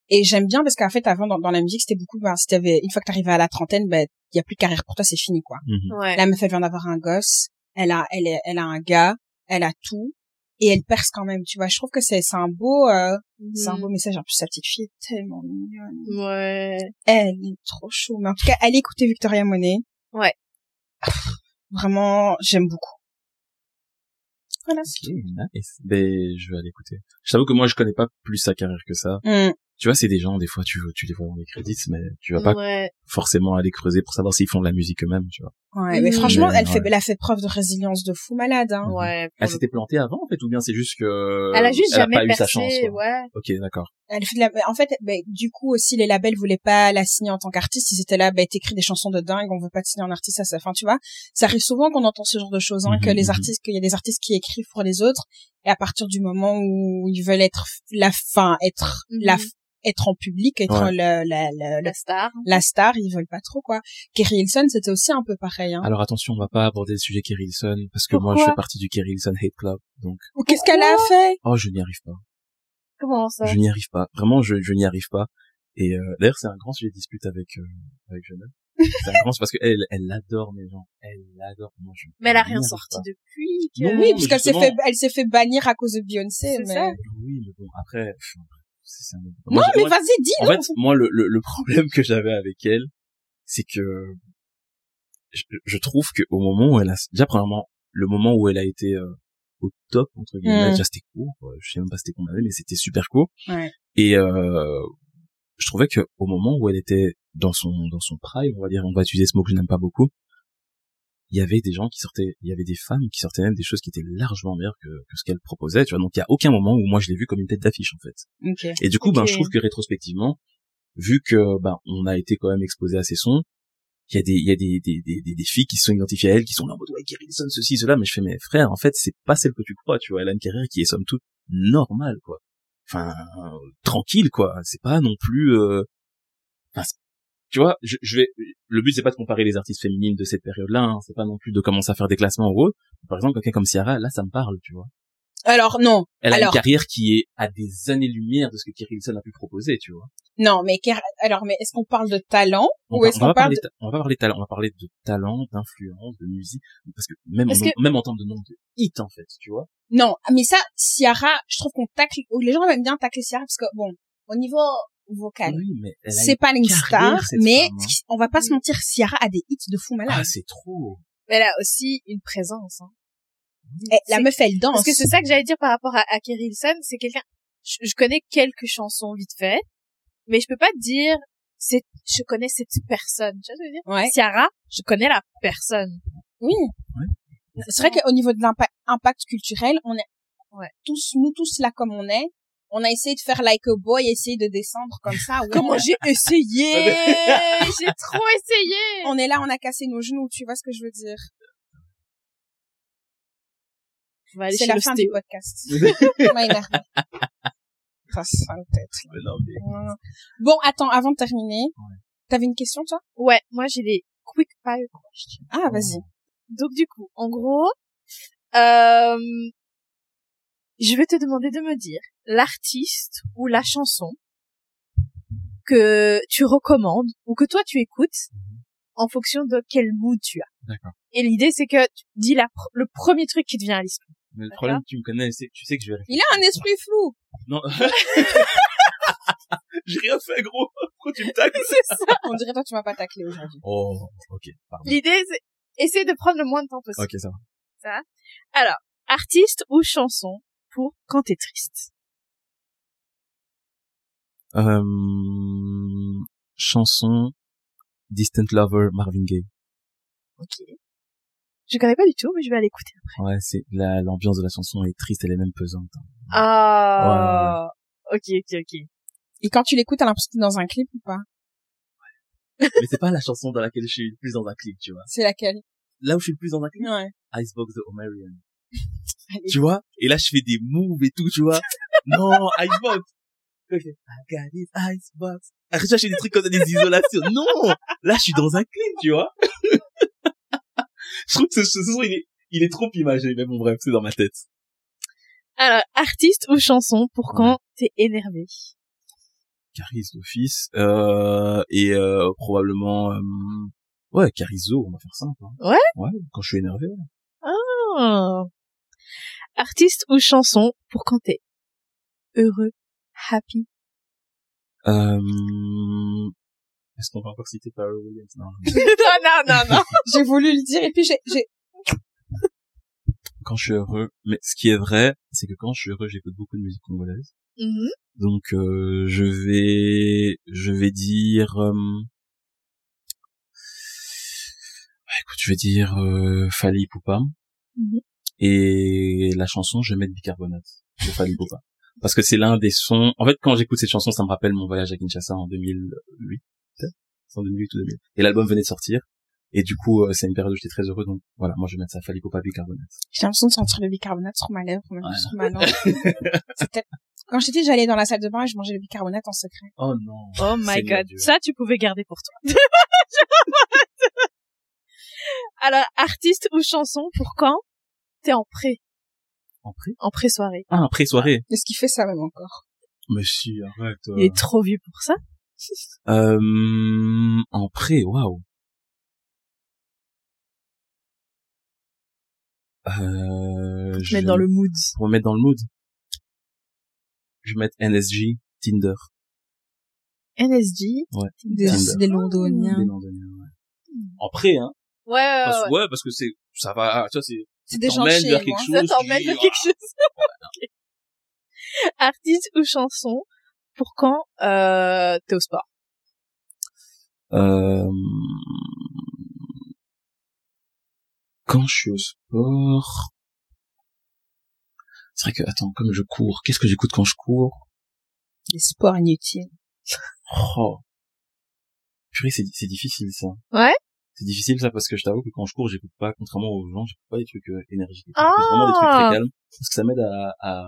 S1: Et j'aime bien parce qu'en fait, avant, dans, dans la musique, c'était beaucoup, bah, si t'avais, une fois que t'arrivais à la trentaine, bah, il y a plus de carrière pour toi, c'est fini, quoi.
S3: Mhm.
S2: Ouais.
S1: La meuf, elle vient d'avoir un gosse, elle a, elle, est- elle a un gars, elle a tout, et elle perce quand même, tu vois. Je trouve que c'est, c'est un beau, euh,
S2: Mhm.
S1: c'est un beau message. En plus, sa petite fille est tellement mignonne.
S2: Ouais.
S1: Elle est trop chou. Mais en tout cas, allez écouter Victoria Monet.
S2: Ouais.
S1: Pff, Vraiment, j'aime beaucoup. Voilà, c'est
S3: Ok, nice. Ben, je vais aller écouter. Je t'avoue que moi, je connais pas plus sa carrière que ça.
S1: tout. Mm.
S3: Tu vois, c'est des gens, des fois, tu, tu les vois dans les crédits, mais tu vas pas
S2: Ouais.
S3: forcément aller creuser pour savoir s'ils font de la musique eux-mêmes, tu vois.
S1: Ouais, mais
S2: Mhm.
S1: franchement,
S3: Mais,
S1: elle fait,
S3: ouais.
S1: elle a fait preuve de résilience de fou malade, hein.
S2: Ouais. pour
S3: Elle
S2: le-
S3: s'était plantée avant, en fait, ou bien c'est juste que...
S2: Elle a juste jamais
S3: euh, pas eu
S2: percé.
S3: sa chance, quoi.
S2: ouais.
S3: Ok, d'accord.
S1: Elle fait de la... mais En fait, ben, du coup aussi, les labels voulaient pas la signer en tant qu'artiste. Ils étaient là, ben, t'écris des chansons de dingue, on veut pas te signer en artiste à sa fin, tu vois. Ça arrive souvent qu'on entend ce genre de choses, hein,
S3: Mhm,
S1: que les
S3: mhm.
S1: artistes, qu'il y a des artistes qui écrivent pour les autres, et à partir du moment où ils veulent être la fin, être la
S2: Mhm.
S1: être en public, être
S3: Ouais.
S1: la, la, la, la,
S2: La star.
S1: la star, ils veulent pas trop, quoi. Kerry Hilson, c'était aussi un peu pareil, hein.
S3: Alors attention, on va pas aborder le sujet Kerilson parce que moi
S2: Pourquoi
S3: je fais partie du Kerilson Hate Club. Donc
S1: Ou Qu'est-ce qu'elle a fait?
S3: oh, je n'y arrive pas.
S2: Comment ça
S3: Je n'y arrive pas. Vraiment, je, je n'y arrive pas. Et euh, d'ailleurs, c'est un grand sujet de dispute avec euh, avec Jenna. C'est un grand c'est parce que elle elle adore mes gens. Elle l'adore. Moi, je
S2: Mais elle a
S3: n'y
S2: rien
S3: arrive
S2: sorti
S3: pas.
S2: depuis que...
S3: Non,
S1: Oui,
S3: mais
S1: parce qu'elle s'est
S3: Oh, justement.
S1: fait, elle s'est fait bannir à cause de Beyoncé,
S2: C'est
S1: mais...
S2: ça.
S3: Oui, mais bon, après pff, c'est c'est un autre-
S1: Non,
S3: Moi, j'ai-
S1: mais
S3: moi,
S1: vas-y, dis,
S3: En
S1: non.
S3: fait, moi, le, le, le problème que j'avais avec elle, c'est que je, je trouve que au moment où elle a, déjà premièrement, le moment où elle a été euh, au top entre guillemets,
S1: Mm.
S3: déjà c'était court, quoi. je sais même pas c'était combien d'années, mais c'était super court.
S1: Ouais.
S3: Et euh, je trouvais que au moment où elle était dans son dans son prime, on va dire, on va utiliser ce mot que je n'aime pas beaucoup, il y avait des gens qui sortaient, il y avait des femmes qui sortaient même des choses qui étaient largement meilleures que, que ce qu'elle proposait, tu vois. Donc il y a aucun moment où moi je l'ai vue comme une tête d'affiche en fait.
S1: Ok.
S3: Et du coup, ben,
S2: Ok.
S3: je trouve que rétrospectivement, vu que ben, on a été quand même exposé à ces sons, il y a des, il y a des, des, des, des, des filles qui se sont identifiées à elle, qui sont là en mode ouais, Kirillson, ceci, cela, mais je fais mes frères, en fait, c'est pas celle que tu crois, tu vois, elle a une carrière qui est somme toute normale, quoi. Enfin, euh, tranquille, quoi. C'est pas non plus. euh, enfin, c'est- tu vois, je, je vais. Le but c'est pas de comparer les artistes féminines de cette période-là, hein, c'est pas non plus de commencer à faire des classements ou autre. Par exemple, quelqu'un comme Ciara, là, ça me parle, tu vois.
S1: Alors, non.
S3: Elle a
S1: Alors-
S3: une carrière qui est à des années-lumière de ce que Kirillson a pu proposer, tu vois.
S1: Non, mais Ker- alors, mais est-ce qu'on parle de talent?
S3: On,
S1: Ou
S3: par-
S1: est-ce
S3: on
S1: qu'on
S3: va
S1: parle
S3: parler ta- on va parler talent, on va parler de talent, d'influence, de musique, parce que même
S2: Parce
S3: en,
S2: que-
S3: même en termes de nombre de hits en fait, tu vois.
S1: Non, mais ça, Ciara, je trouve qu'on tacle, ou les gens aiment bien tacler Ciara parce que bon, au niveau vocal,
S3: Oui, mais elle a
S1: c'est
S3: une-
S1: pas une
S3: carrière,
S1: star,
S3: cette
S1: mais
S3: femme, hein.
S1: on va pas se mentir, Ciara a des hits de fou malade.
S3: ah c'est trop.
S2: Mais elle a aussi une présence. Hein.
S3: Ah,
S1: Eh, la
S2: c'est-
S1: meuf, elle danse.
S2: Parce que c'est ça que j'allais dire par rapport à, à Kerilson, c'est quelqu'un, je, je connais quelques chansons vite fait, mais je peux pas te dire, c'est, je connais cette personne. Tu vois ce que je veux dire?
S1: Ouais.
S2: Ciara, je connais la personne.
S1: Oui. C'est vrai qu'au niveau de l'impact impact culturel, on est
S2: Ouais.
S1: tous, nous tous là comme on est, on a essayé de faire like a boy, essayer de descendre comme ça. ouais.
S2: j'ai essayé! j'ai trop essayé!
S1: on est là, on a cassé nos genoux, tu vois ce que je veux dire.
S2: On va aller
S1: C'est
S2: chez
S1: la fin du
S2: l'ostéo.
S1: podcast.
S3: mais
S1: Ça m'a énervé. Ça sale tête.
S3: non mais
S1: Voilà. Bon, attends, avant de terminer, t'avais une question, toi
S2: Ouais, moi j'ai les quick fire questions.
S1: Ah, vas-y.
S3: Oh.
S2: Donc du coup, en gros, euh, je vais te demander de me dire l'artiste ou la chanson que tu recommandes ou que toi tu écoutes en fonction de quel mood tu as.
S3: D'accord.
S2: Et l'idée c'est que tu dis la pr- le premier truc qui te vient à l'esprit.
S3: Mais le problème tu me connais, c'est que tu sais que je vais
S1: Il a un esprit flou.
S3: non. J'ai rien fait gros. Pourquoi tu me tacles
S2: C'est ça.
S1: On dirait toi, tu m'as pas taclé aujourd'hui.
S3: Oh, ok, pardon.
S2: L'idée c'est essayer de prendre le moins de temps possible.
S3: Ok ça va.
S2: Alors, artiste ou chanson pour quand t'es triste.
S3: Euh, chanson Distant Lover Marvin Gaye.
S2: Ok. Je connais pas du tout, mais je vais aller écouter.
S3: Ouais, c'est la l'ambiance de la chanson est triste, elle est même pesante.
S2: Ah. Ok, ok, ok.
S1: Et quand tu l'écoutes, t'as l'impression que t'es dans un clip ou pas
S3: mais c'est pas la chanson dans laquelle je suis le plus dans un clip, tu vois.
S1: C'est laquelle
S3: Là où je suis le plus dans un clip,
S1: Ouais.
S3: Icebox the Omarion.
S1: Allez.
S3: Tu vois Et là, je fais des moves et tout, tu vois. non, Icebox. Ok. I got it, Icebox. Arrête de chercher des trucs comme ça, des isolations. Non Là, je suis dans un clip, tu vois. je trouve que ce, ce son, il est, il est trop imagé. Mais bon, bref, c'est dans ma tête.
S2: Alors, artiste ou chanson pour quand t'es énervé
S3: Caris d'office. Euh, et euh, probablement... euh, ouais, Carizo, on va faire simple. hein.
S2: Ouais
S3: Ouais, quand je suis énervé. ouais.
S2: Ah. Artiste ou chanson pour quand t'es heureux, happy
S3: Euh... Est-ce qu'on va encore citer Pharrell Williams Non.
S2: Non, non, non, non
S1: J'ai voulu le dire et puis j'ai, j'ai...
S3: Quand je suis heureux, mais ce qui est vrai, c'est que quand je suis heureux, j'écoute beaucoup de musique congolaise.
S2: Mhm.
S3: Donc euh, je vais, je vais dire, euh, bah, écoute, je vais dire euh, Fali Poupa.
S2: Mhm.
S3: Et la chanson, je vais mettre Bicarbonate de Fali Poupa. Parce que c'est l'un des sons. En fait, quand j'écoute cette chanson, ça me rappelle mon voyage à Kinshasa en 2008. peut-être C'est en 2008 ou 2000. Et l'album venait de sortir. Et du coup, euh, c'est une période où j'étais très heureux. Donc voilà, moi je vais mettre ça Fali Poupa Bicarbonate.
S1: j'ai l'impression de sentir le bicarbonate sur ma lèvre, même
S3: Ouais.
S1: sur ma langue. C'est peut-être Quand j'étais, j'allais dans la salle de bain et je mangeais le bicarbonate en secret.
S4: Oh non.
S2: Oh my
S4: Seigneur
S2: god.
S4: Dieu.
S2: Ça, tu pouvais garder pour toi. Alors, artiste ou chanson, pour quand T'es en pré,
S4: En prix
S2: en pré-soirée.
S3: Ah, après soirée.
S1: Est-ce qu'il fait ça même encore
S3: Mais si, arrête. euh.
S2: Il est trop vieux pour ça.
S3: Euh, en pré, waouh. Euh, je
S2: Mettre dans
S3: vais-
S2: le mood.
S3: pour me mettre dans le mood. Je vais mettre NSJ, Tinder.
S2: NSG.
S3: Ouais.
S1: Des,
S3: Tinder.
S1: des londoniens.
S3: Des londoniens, ouais. En pré, hein.
S2: Ouais, ouais,
S3: Parce,
S2: Hmm. Ah ouais. hein.
S3: ouais, parce que c'est, ça va, ah, tu vois, c'est,
S1: C'est des gens
S3: t'emmène
S1: chez
S3: vers
S1: moi.
S3: quelque
S2: Ça
S3: chose, euh,
S2: t'emmène
S3: tu Ah. dis,
S2: vers quelque chose. Ok. Artiste ou chanson, pour quand euh, t'es au sport
S3: Euh, quand je suis au sport, c'est vrai que attends, comme je cours, qu'est-ce que j'écoute quand je cours
S1: Des sports inutiles.
S3: Oh, purée, c'est c'est difficile ça.
S2: Ouais
S3: C'est difficile ça parce que je t'avoue que quand je cours, j'écoute pas, contrairement aux gens, j'écoute pas des trucs euh, énergiques. J'écoute
S2: Ah
S3: vraiment des trucs très calmes parce que ça m'aide à, à, à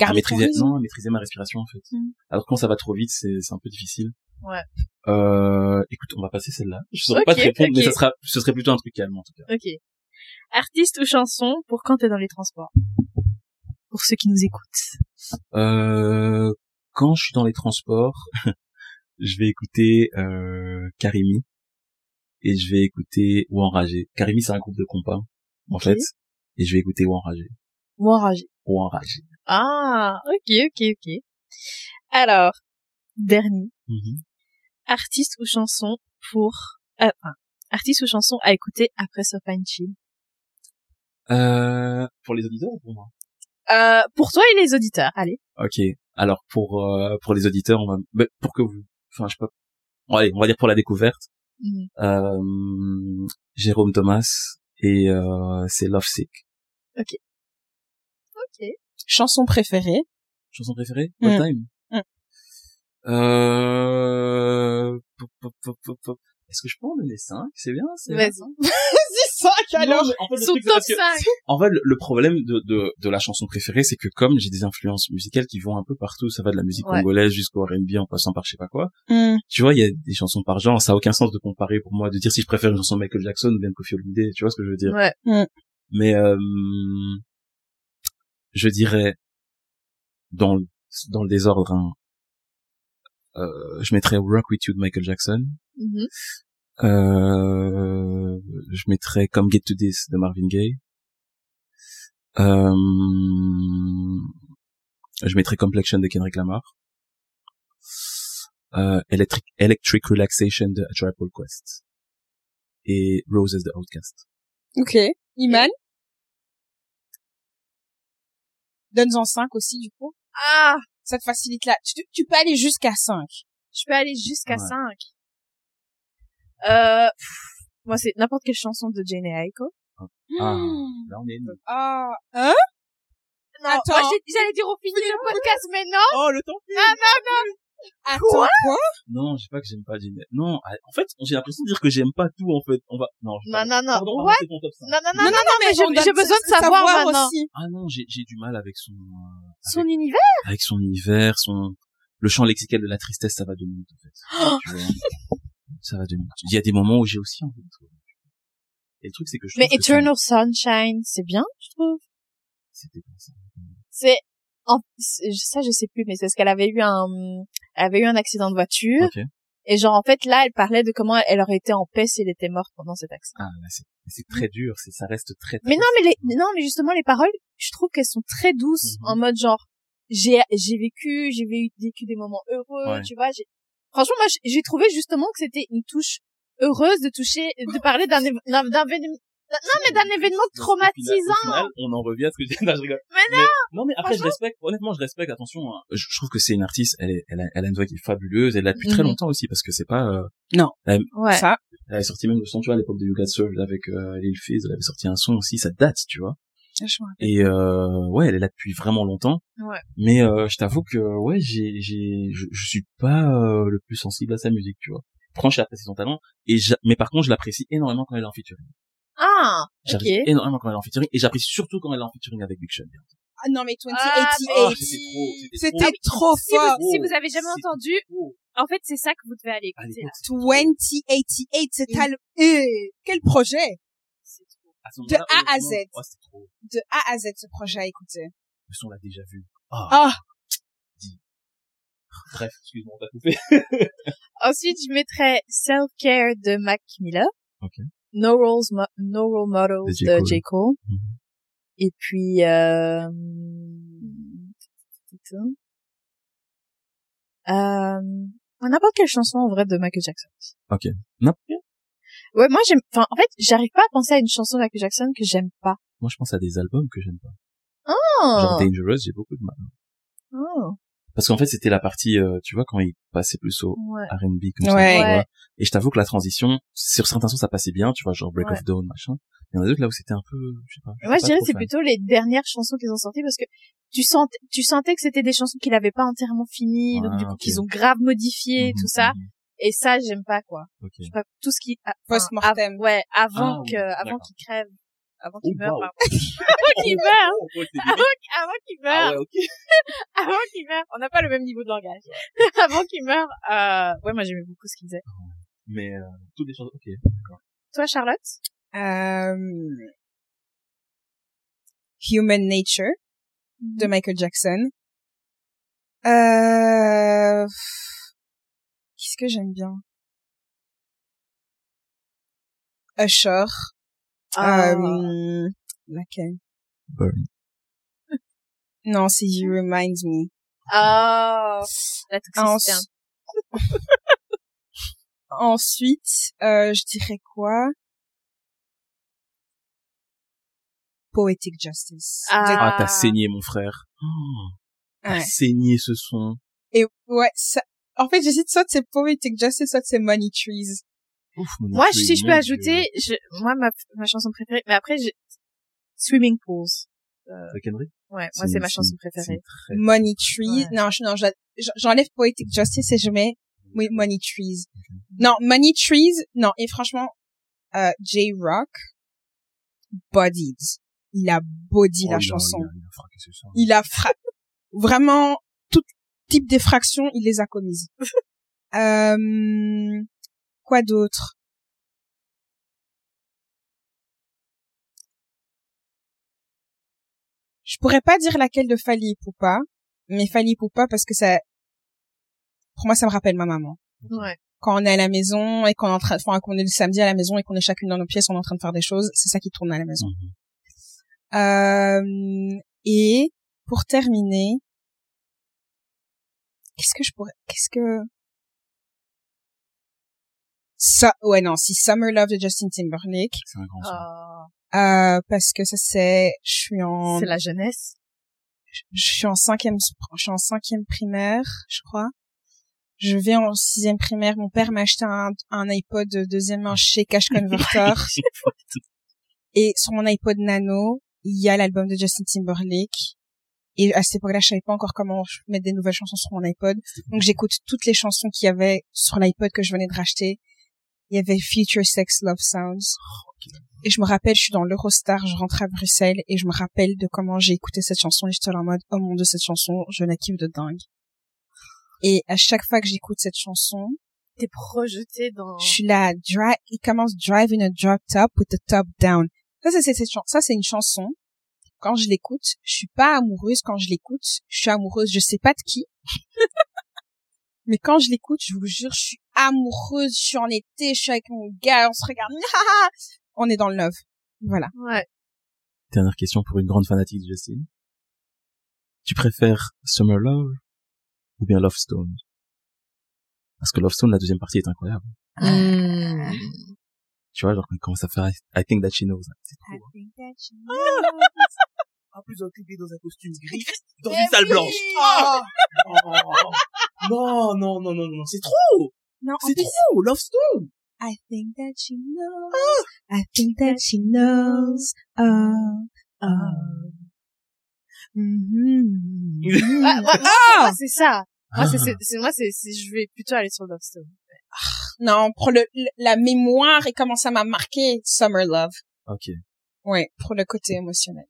S1: Garde
S3: maîtriser,
S1: ton rythme.
S3: non, à maîtriser ma respiration en fait.
S1: Mm.
S3: Alors quand ça va trop vite, c'est c'est un peu difficile.
S2: Mmh. Ouais.
S3: Euh, écoute, on va passer celle-là. Je saurais
S2: Ok,
S3: pas te répondre, mais
S2: ok.
S3: ça sera, ce serait plutôt un truc calme en tout cas.
S2: Ok. Artiste ou chanson, pour quand t'es dans les transports Pour ceux qui nous écoutent.
S3: Euh, quand je suis dans les transports, je vais écouter euh, Karimi et je vais écouter Ou Enragé. Karimi, c'est un groupe de compas, en
S2: Ok.
S3: fait, et je vais écouter Ou Enragé.
S2: Ou enragé.
S3: Ou Enragé.
S2: Ah, ok, ok, ok. Alors, dernier.
S3: Mhm.
S2: Artiste ou chanson pour... euh, enfin, artiste ou chanson à écouter après Soft and Chill
S3: Euh, pour les auditeurs ou pour moi
S2: euh, Pour toi et les auditeurs, allez.
S3: Ok. Alors pour euh, pour les auditeurs, on va ben, pour que vous, enfin je sais pas. Bon, allez, on va dire pour la découverte.
S2: Mhm.
S3: Euh, Jérôme Thomas et euh, c'est Love Sick.
S2: Ok.
S1: Chanson préférée.
S3: Chanson préférée
S1: Mm.
S3: All time
S1: Mm.
S3: Euh... pop, pop, pop, pop, pop. Est-ce que je peux en donner 5 C'est bien c'est bien,
S2: Vas-y.
S3: ça
S1: C'est ça,
S3: Non, mais en fait, le
S2: Son
S3: truc, c'est
S2: top
S3: parce que-
S2: 5
S3: en fait, le- le problème de, de, de la chanson préférée, c'est que comme j'ai des influences musicales qui vont un peu partout, ça va de la musique
S2: Ouais.
S3: congolaise jusqu'au R&B en passant par je sais pas quoi,
S1: Hmm,
S3: tu vois, il y a des chansons par genre, ça a aucun sens de comparer pour moi, de dire si je préfère une chanson de Michael Jackson ou bien de Kofi Olumide, tu vois ce que je veux dire
S2: Ouais.
S3: mais euh, je dirais dans le- dans le désordre hein, euh, je mettrais Rock With You de Michael Jackson
S2: Mhm.
S3: euh, je mettrais Come Get To This de Marvin Gaye euh, je mettrais Complexion de Kendrick Lamar euh, Electric, Electric Relaxation de A Tribe Called Quest et Roses de Outkast
S1: Ok. Iman. Donne-en 5 aussi, du coup.
S2: Ah
S1: Ça te facilite là. Tu, tu peux aller jusqu'à 5.
S2: Je peux aller jusqu'à
S3: Ouais.
S2: 5. Euh, pff, moi, c'est n'importe quelle chanson de Jane et Aiko.
S3: Ah. là on est une-
S1: Hmm. Ah. Hein?
S2: Non,
S1: Attends.
S2: Oh, moi, j'ai- j'allais dire on finit le podcast, mais non
S3: Oh, le temps file.
S1: Attends,
S2: Quoi
S1: quoi?
S3: Non, je sais pas que j'aime pas Jane. Non, à- en fait, j'ai l'impression de dire que j'aime pas tout, en fait. On va, non, je vais pas-
S2: Non, non, non.
S3: Pardon,
S2: What
S3: pardon, c'est ton top 5.
S2: Non, non, non, non, non, mais
S1: on
S2: j'ai
S1: donne
S2: j'ai besoin de
S1: sa-
S2: savoir, maintenant.
S1: aussi.
S3: Ah non, j'ai, j'ai du mal avec son, euh,
S2: Son
S3: avec,
S2: univers
S3: avec son univers, son, le champ lexical de la tristesse, ça va deux minutes, en
S2: Oh!
S3: fait. Tu vois. ça va deux minutes. Il y a des moments où j'ai aussi envie de trouver. Et le truc, c'est que je
S2: Mais
S3: trouve que
S2: Eternal Sunshine, c'est bien, je trouve.
S3: c'est- c'était pas ça.
S2: C'est... en- c'est- Ça, je sais plus, mais c'est parce qu'elle avait eu un... Elle avait eu un accident de voiture.
S3: Ok.
S2: Et genre, en fait, là, elle parlait de comment elle aurait été en paix si elle était morte pendant cet accident.
S3: Ah, là, c'est, c'est très dur, c'est, ça reste très, très
S2: Mais non, mais les, non, mais justement, les paroles, je trouve qu'elles sont très douces,
S3: Mhm.
S2: en mode genre, j'ai, j'ai vécu, j'ai vé- vécu des moments heureux,
S3: Ouais.
S2: tu vois, j'ai, franchement, moi, j'ai- j'ai trouvé justement que c'était une touche heureuse de toucher, de parler d'un, éve- d'un, d'un événement, non, Ah, mais d'un événement
S3: Au final- au final,
S2: traumatisant.
S3: on en revient à ce que j'ai. Non, je rigole.
S2: Mais
S3: non. non, mais après, je respecte. Honnêtement, je respecte. Attention, hein. je, je trouve que c'est une artiste. Elle, est, elle, a, elle a une voix qui est fabuleuse. Elle l'a depuis très
S2: Mhm.
S3: longtemps aussi, parce que c'est pas. euh,
S2: Ouais.
S1: Ça.
S3: elle est sortie même de son, tu vois, à l'époque de You Got Soul avec euh, Lil Fizz. Elle avait sorti un son aussi. Ça date, tu vois.
S1: Je me rappelle.
S3: Et euh, ouais, elle est là depuis vraiment longtemps.
S2: Ouais.
S3: Mais euh, je t'avoue que ouais, j'ai, j'ai, je, je suis pas euh, le plus sensible à sa musique, tu vois. Pourtant, j'apprécie son talent. Et j'a- mais par contre, je l'apprécie énormément quand elle est en featuring.
S2: Ah, ok.
S3: J'apprécie énormément quand elle est en featuring. Et j'apprécie surtout quand elle est en featuring avec Big Sean.
S1: Ah non, mais 2088.
S2: Ah,
S4: Ah, c'était trop,
S1: C'était
S4: trop.
S1: trop
S2: Si
S1: fort.
S2: vous, si vous avez jamais
S4: C'était
S2: entendu,
S4: trop.
S2: en fait, c'est ça que vous devez aller
S4: À
S2: écouter.
S4: l'époque,
S2: là.
S4: c'était trop.
S1: 2088, cet album.
S2: Euh,
S1: Eh, quel projet
S2: C'est trop.
S4: À ce
S1: de
S4: moment-là,
S1: A à Z.
S4: honnêtement, oh, c'était trop.
S1: De A à Z, ce projet à écouter.
S4: Parce qu'on l'a déjà vu.
S1: Ah.
S4: Bref, excuse-moi, on t'a coupé.
S2: Ensuite, je mettrai Self Care de Mac Miller.
S3: Ok.
S2: No Roles, Mo- No Role Models
S3: De J.
S2: de
S3: Cole.
S2: J. Cole.
S3: Mhm.
S2: Et puis, euh, euh, n'importe quelle chanson en vrai de Michael Jackson.
S3: Ok. N'importe
S2: Ouais, moi j'aime, enfin, en fait, j'arrive pas à penser à une chanson de Michael Jackson que j'aime pas.
S3: Moi, je pense à des albums que j'aime pas. Genre
S1: Ah.
S2: Oh.
S3: Dangerous, j'ai beaucoup de mal.
S2: Oh.
S3: Parce qu'en fait, c'était la partie, euh, tu vois, quand il passait plus au
S2: Ouais.
S3: R&B comme ça,
S1: Ouais.
S3: tu vois.
S2: Ouais.
S3: Et je t'avoue que la transition, sur certains sons, ça passait bien, tu vois, genre Break
S2: Ouais.
S3: of Dawn, machin. Il y en a d'autres là où c'était un peu, je sais pas.
S2: Mais Moi, je
S3: pas
S2: dirais que
S3: trop
S2: c'est
S3: fan.
S2: plutôt les dernières chansons qu'ils ont sorties parce que tu sentais, tu sentais que c'était des chansons qu'il avait pas entièrement finies, donc
S3: Ah,
S2: du coup
S3: ok.
S2: qu'ils ont grave
S3: Mhm,
S2: modifié, tout ça.
S3: mhm,
S2: Et ça, j'aime pas quoi.
S3: ok.
S2: Je sais pas, tout ce qui, ah,
S1: Post-mortem.
S2: av- ouais,
S3: Ah,
S2: avant que,
S3: oui,
S2: avant
S3: d'accord.
S2: qu'il crève, avant
S4: Oh,
S2: qu'il meure,
S4: wow.
S2: pardon. avant qu'il meure,
S4: Oh, ouais, c'est
S2: avant,
S4: débile.
S2: avant qu'il
S4: Ah
S2: meure,
S4: ouais, ok.
S2: avant qu'il meure. On n'a pas le même niveau de langage. avant qu'il meure, euh, ouais, moi j'aimais beaucoup ce qu'il disait.
S3: Mais, euh, toutes les choses, ok.
S2: Toi, Charlotte?
S1: Euh, Human Nature
S2: Mm.
S1: de Michael Jackson. Euh, pff, Qu'est-ce que j'aime bien Usher.
S2: Ah.
S1: Euh, laquelle
S3: Burn.
S1: Non, c'est You Remind Me.
S2: Ah. la toxicité. hein.
S1: Ensuite, Ensuite euh, je dirais quoi Poetic Justice.
S3: Ah,
S2: Ah.
S3: t'as saigné, mon frère. Oh,
S1: De- ouais.
S3: T'as saigné ce son.
S1: Et ouais, ça... en fait, j'hésite soit c'est Poetic Justice, soit c'est Money Trees.
S3: Ouf, mon
S2: Moi,
S3: Dieu,
S2: si je
S3: mon
S2: peux
S3: Dieu.
S2: ajouter, je, moi, ma, ma chanson préférée, mais après, j'ai, Swimming Pools.
S3: De Kendrick?
S2: Ouais, moi, c'est ma chanson
S3: c'est une
S2: préférée.
S3: très-
S1: Money Trees.
S2: Ouais.
S1: Non, je, non, j'a- j'en- j'enlève Poetic Justice et je mets Mo- Money Trees. Non, Money Trees. Non, et franchement, euh, J-Rock, bodied. Il a body
S3: Oh,
S1: la
S3: il a-
S1: chanson.
S3: il a- il a frappé ce son.
S1: Il a fra... vraiment tout type d'effraction, il les a commises. euh, quoi d'autre Je pourrais pas dire laquelle de Fally Poupa, mais Fally Poupa parce que ça, pour moi, ça me rappelle ma maman.
S2: Ouais.
S1: Quand on est à la maison et qu'on est en train, enfin, qu'on est le samedi à la maison et qu'on est chacune dans nos pièces, on est en train de faire des choses, c'est ça qui tourne à la maison.
S3: Mhm.
S1: Euh, et pour terminer, qu'est-ce que je pourrais, qu'est-ce que ça, ouais non, si Summer Love de Justin Timberlake,
S3: C'est un grand son.
S2: Ah,
S1: euh, parce que ça c'est, je suis en,
S2: Oh, c'est la jeunesse.
S1: je suis en cinquième, je suis en cinquième primaire, je crois. Je vais en sixième primaire. Mon père m'a acheté un, un iPod de deuxième main chez Cash Converter. et sur mon iPod Nano, il y a l'album de Justin Timberlake. Et à cette époque-là, je savais pas encore comment je- mettre des nouvelles chansons sur mon iPod. Donc j'écoute toutes les chansons qu'il y avait sur l'iPod que je venais de racheter. Il y avait Future Sex Love Sounds. Et je me rappelle, je suis dans l'Eurostar, je rentre à Bruxelles et je me rappelle de comment j'ai écouté cette chanson et j'étais là en mode, oh mon dieu, cette chanson, je la kiffe de dingue. Et à chaque fois que j'écoute cette chanson,
S2: T'es projeté dans...
S1: je suis là, dri- il commence drive in a drop top with the top down. Ça, c'est, c'est, cette chan- ça, c'est une chanson. Quand je l'écoute, je suis pas amoureuse quand je l'écoute. Je suis amoureuse, je sais pas de qui. Mais quand je l'écoute, je vous jure, je suis amoureuse, je suis en été, je suis avec mon gars, on se regarde, on est dans le love. Voilà.
S2: Ouais.
S3: Dernière question pour une grande fanatique de Justin. Tu préfères Summer Love ou bien Love Stone Parce que Love Stone, la deuxième partie est incroyable. Tu vois, genre quand il commence à faire I think that she knows. C'est trop, hein.
S4: En plus, on est dans un costume gris, dans
S2: Mais
S4: une salle
S2: Eh oui.
S4: blanche. Ah non, non, non, non, non, c'est trop,
S1: Non, en
S4: c'est
S1: plus,
S4: trop, Love Stone.
S1: I think that she knows.
S4: Ah
S1: I think that she knows. Oh,
S2: Ah.
S1: oh. Mhm.
S4: Ah,
S2: Ouais, moi, moi, moi, Ah, c'est ça. Moi, c'est,
S3: Ah.
S2: c'est, c'est- moi, c'est, c'est- je vais plutôt aller sur Love Stone.
S1: non, pour le, le- la mémoire et comment ça m'a marqué, Summer Love.
S3: Ok.
S1: Ouais, pour le côté émotionnel.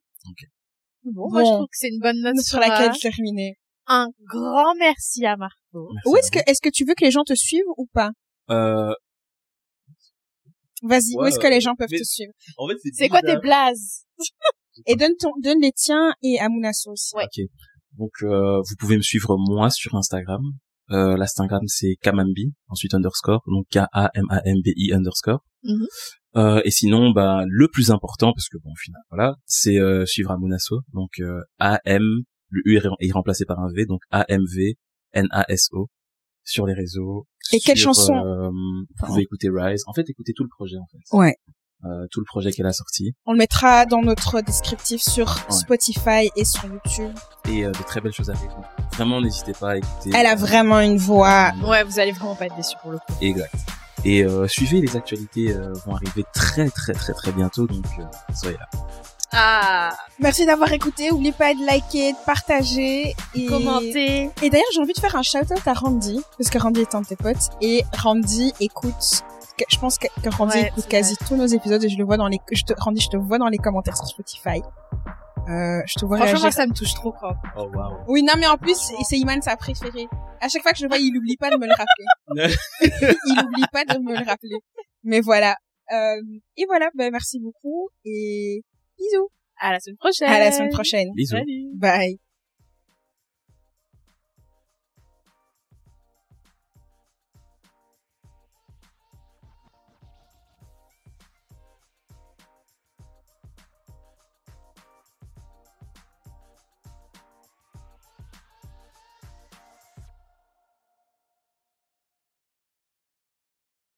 S2: Bon, moi je
S1: Bon.
S2: trouve que c'est une bonne note
S1: sur laquelle
S2: ça.
S1: terminer.
S2: Un grand merci à Marco.
S3: Merci
S1: Où est-ce que
S3: à
S1: est-ce que tu veux que les gens te suivent ou pas
S3: vous. euh,
S1: Vas-y, où
S3: Ouais,
S1: est-ce que les gens peuvent
S3: mais-
S1: te suivre
S3: en fait
S2: C'est quoi tes
S3: bizarre.
S2: blazes
S1: Et donne ton donne les tiens et à Mounasso aussi.
S2: Ouais.
S3: Ok. Donc euh, vous pouvez me suivre moi sur Instagram. Euh, L'Instagram c'est Kamambi, ensuite underscore, donc K-A-M-A-M-B-I underscore.
S1: Mm-hmm.
S2: Mhm.
S3: Euh, et sinon, bah le plus important, parce que bon, au final, voilà, c'est euh, suivre Amunaso. Donc euh, A-M, le U est rem- est remplacé par un V, donc A-M-V N-A-S-O sur les réseaux.
S1: Et quelle
S3: Sur,
S1: chanson
S3: euh, Vous
S1: Pardon.
S3: pouvez écouter Rise. En fait, écoutez tout le projet en fait.
S1: Ouais.
S3: Euh, tout le projet qu'elle a sorti
S1: On le mettra dans notre descriptif sur
S3: Ouais.
S1: Spotify et sur YouTube.
S3: et euh, de très belles choses à arrivent. Vraiment, n'hésitez pas à écouter.
S1: Elle a vraiment une voix.
S2: Ouais, vous allez vraiment pas être déçus pour le coup.
S3: Exact. Et euh, suivez, les actualités euh, vont arriver très très très très bientôt, donc euh, soyez là.
S2: Ah,
S1: Merci d'avoir écouté. Oublie pas de liker, de partager et
S2: commentez.
S1: Et d'ailleurs, j'ai envie de faire un shout-out à Randy parce que Randy est un de tes potes et Randy écoute. que- Je pense que, que Randy
S2: Ouais,
S1: écoute
S2: c'est
S1: quasi tous nos épisodes et je le vois dans les. Je te, Randy, je te vois dans les commentaires sur Spotify. Euh, je te vois
S2: Franchement,
S1: réagir.
S2: moi, ça me touche trop quand.
S3: Oh wow.
S1: Oui, non, mais en plus, c'est- c'est Iman sa préférée. À chaque fois que je le vois, il oublie pas de me le rappeler. il oublie pas de me le rappeler. Mais voilà. Euh, et voilà, ben merci beaucoup et bisous.
S2: À la semaine prochaine.
S1: À la semaine prochaine.
S3: Bisous.
S2: Salut.
S1: Bye.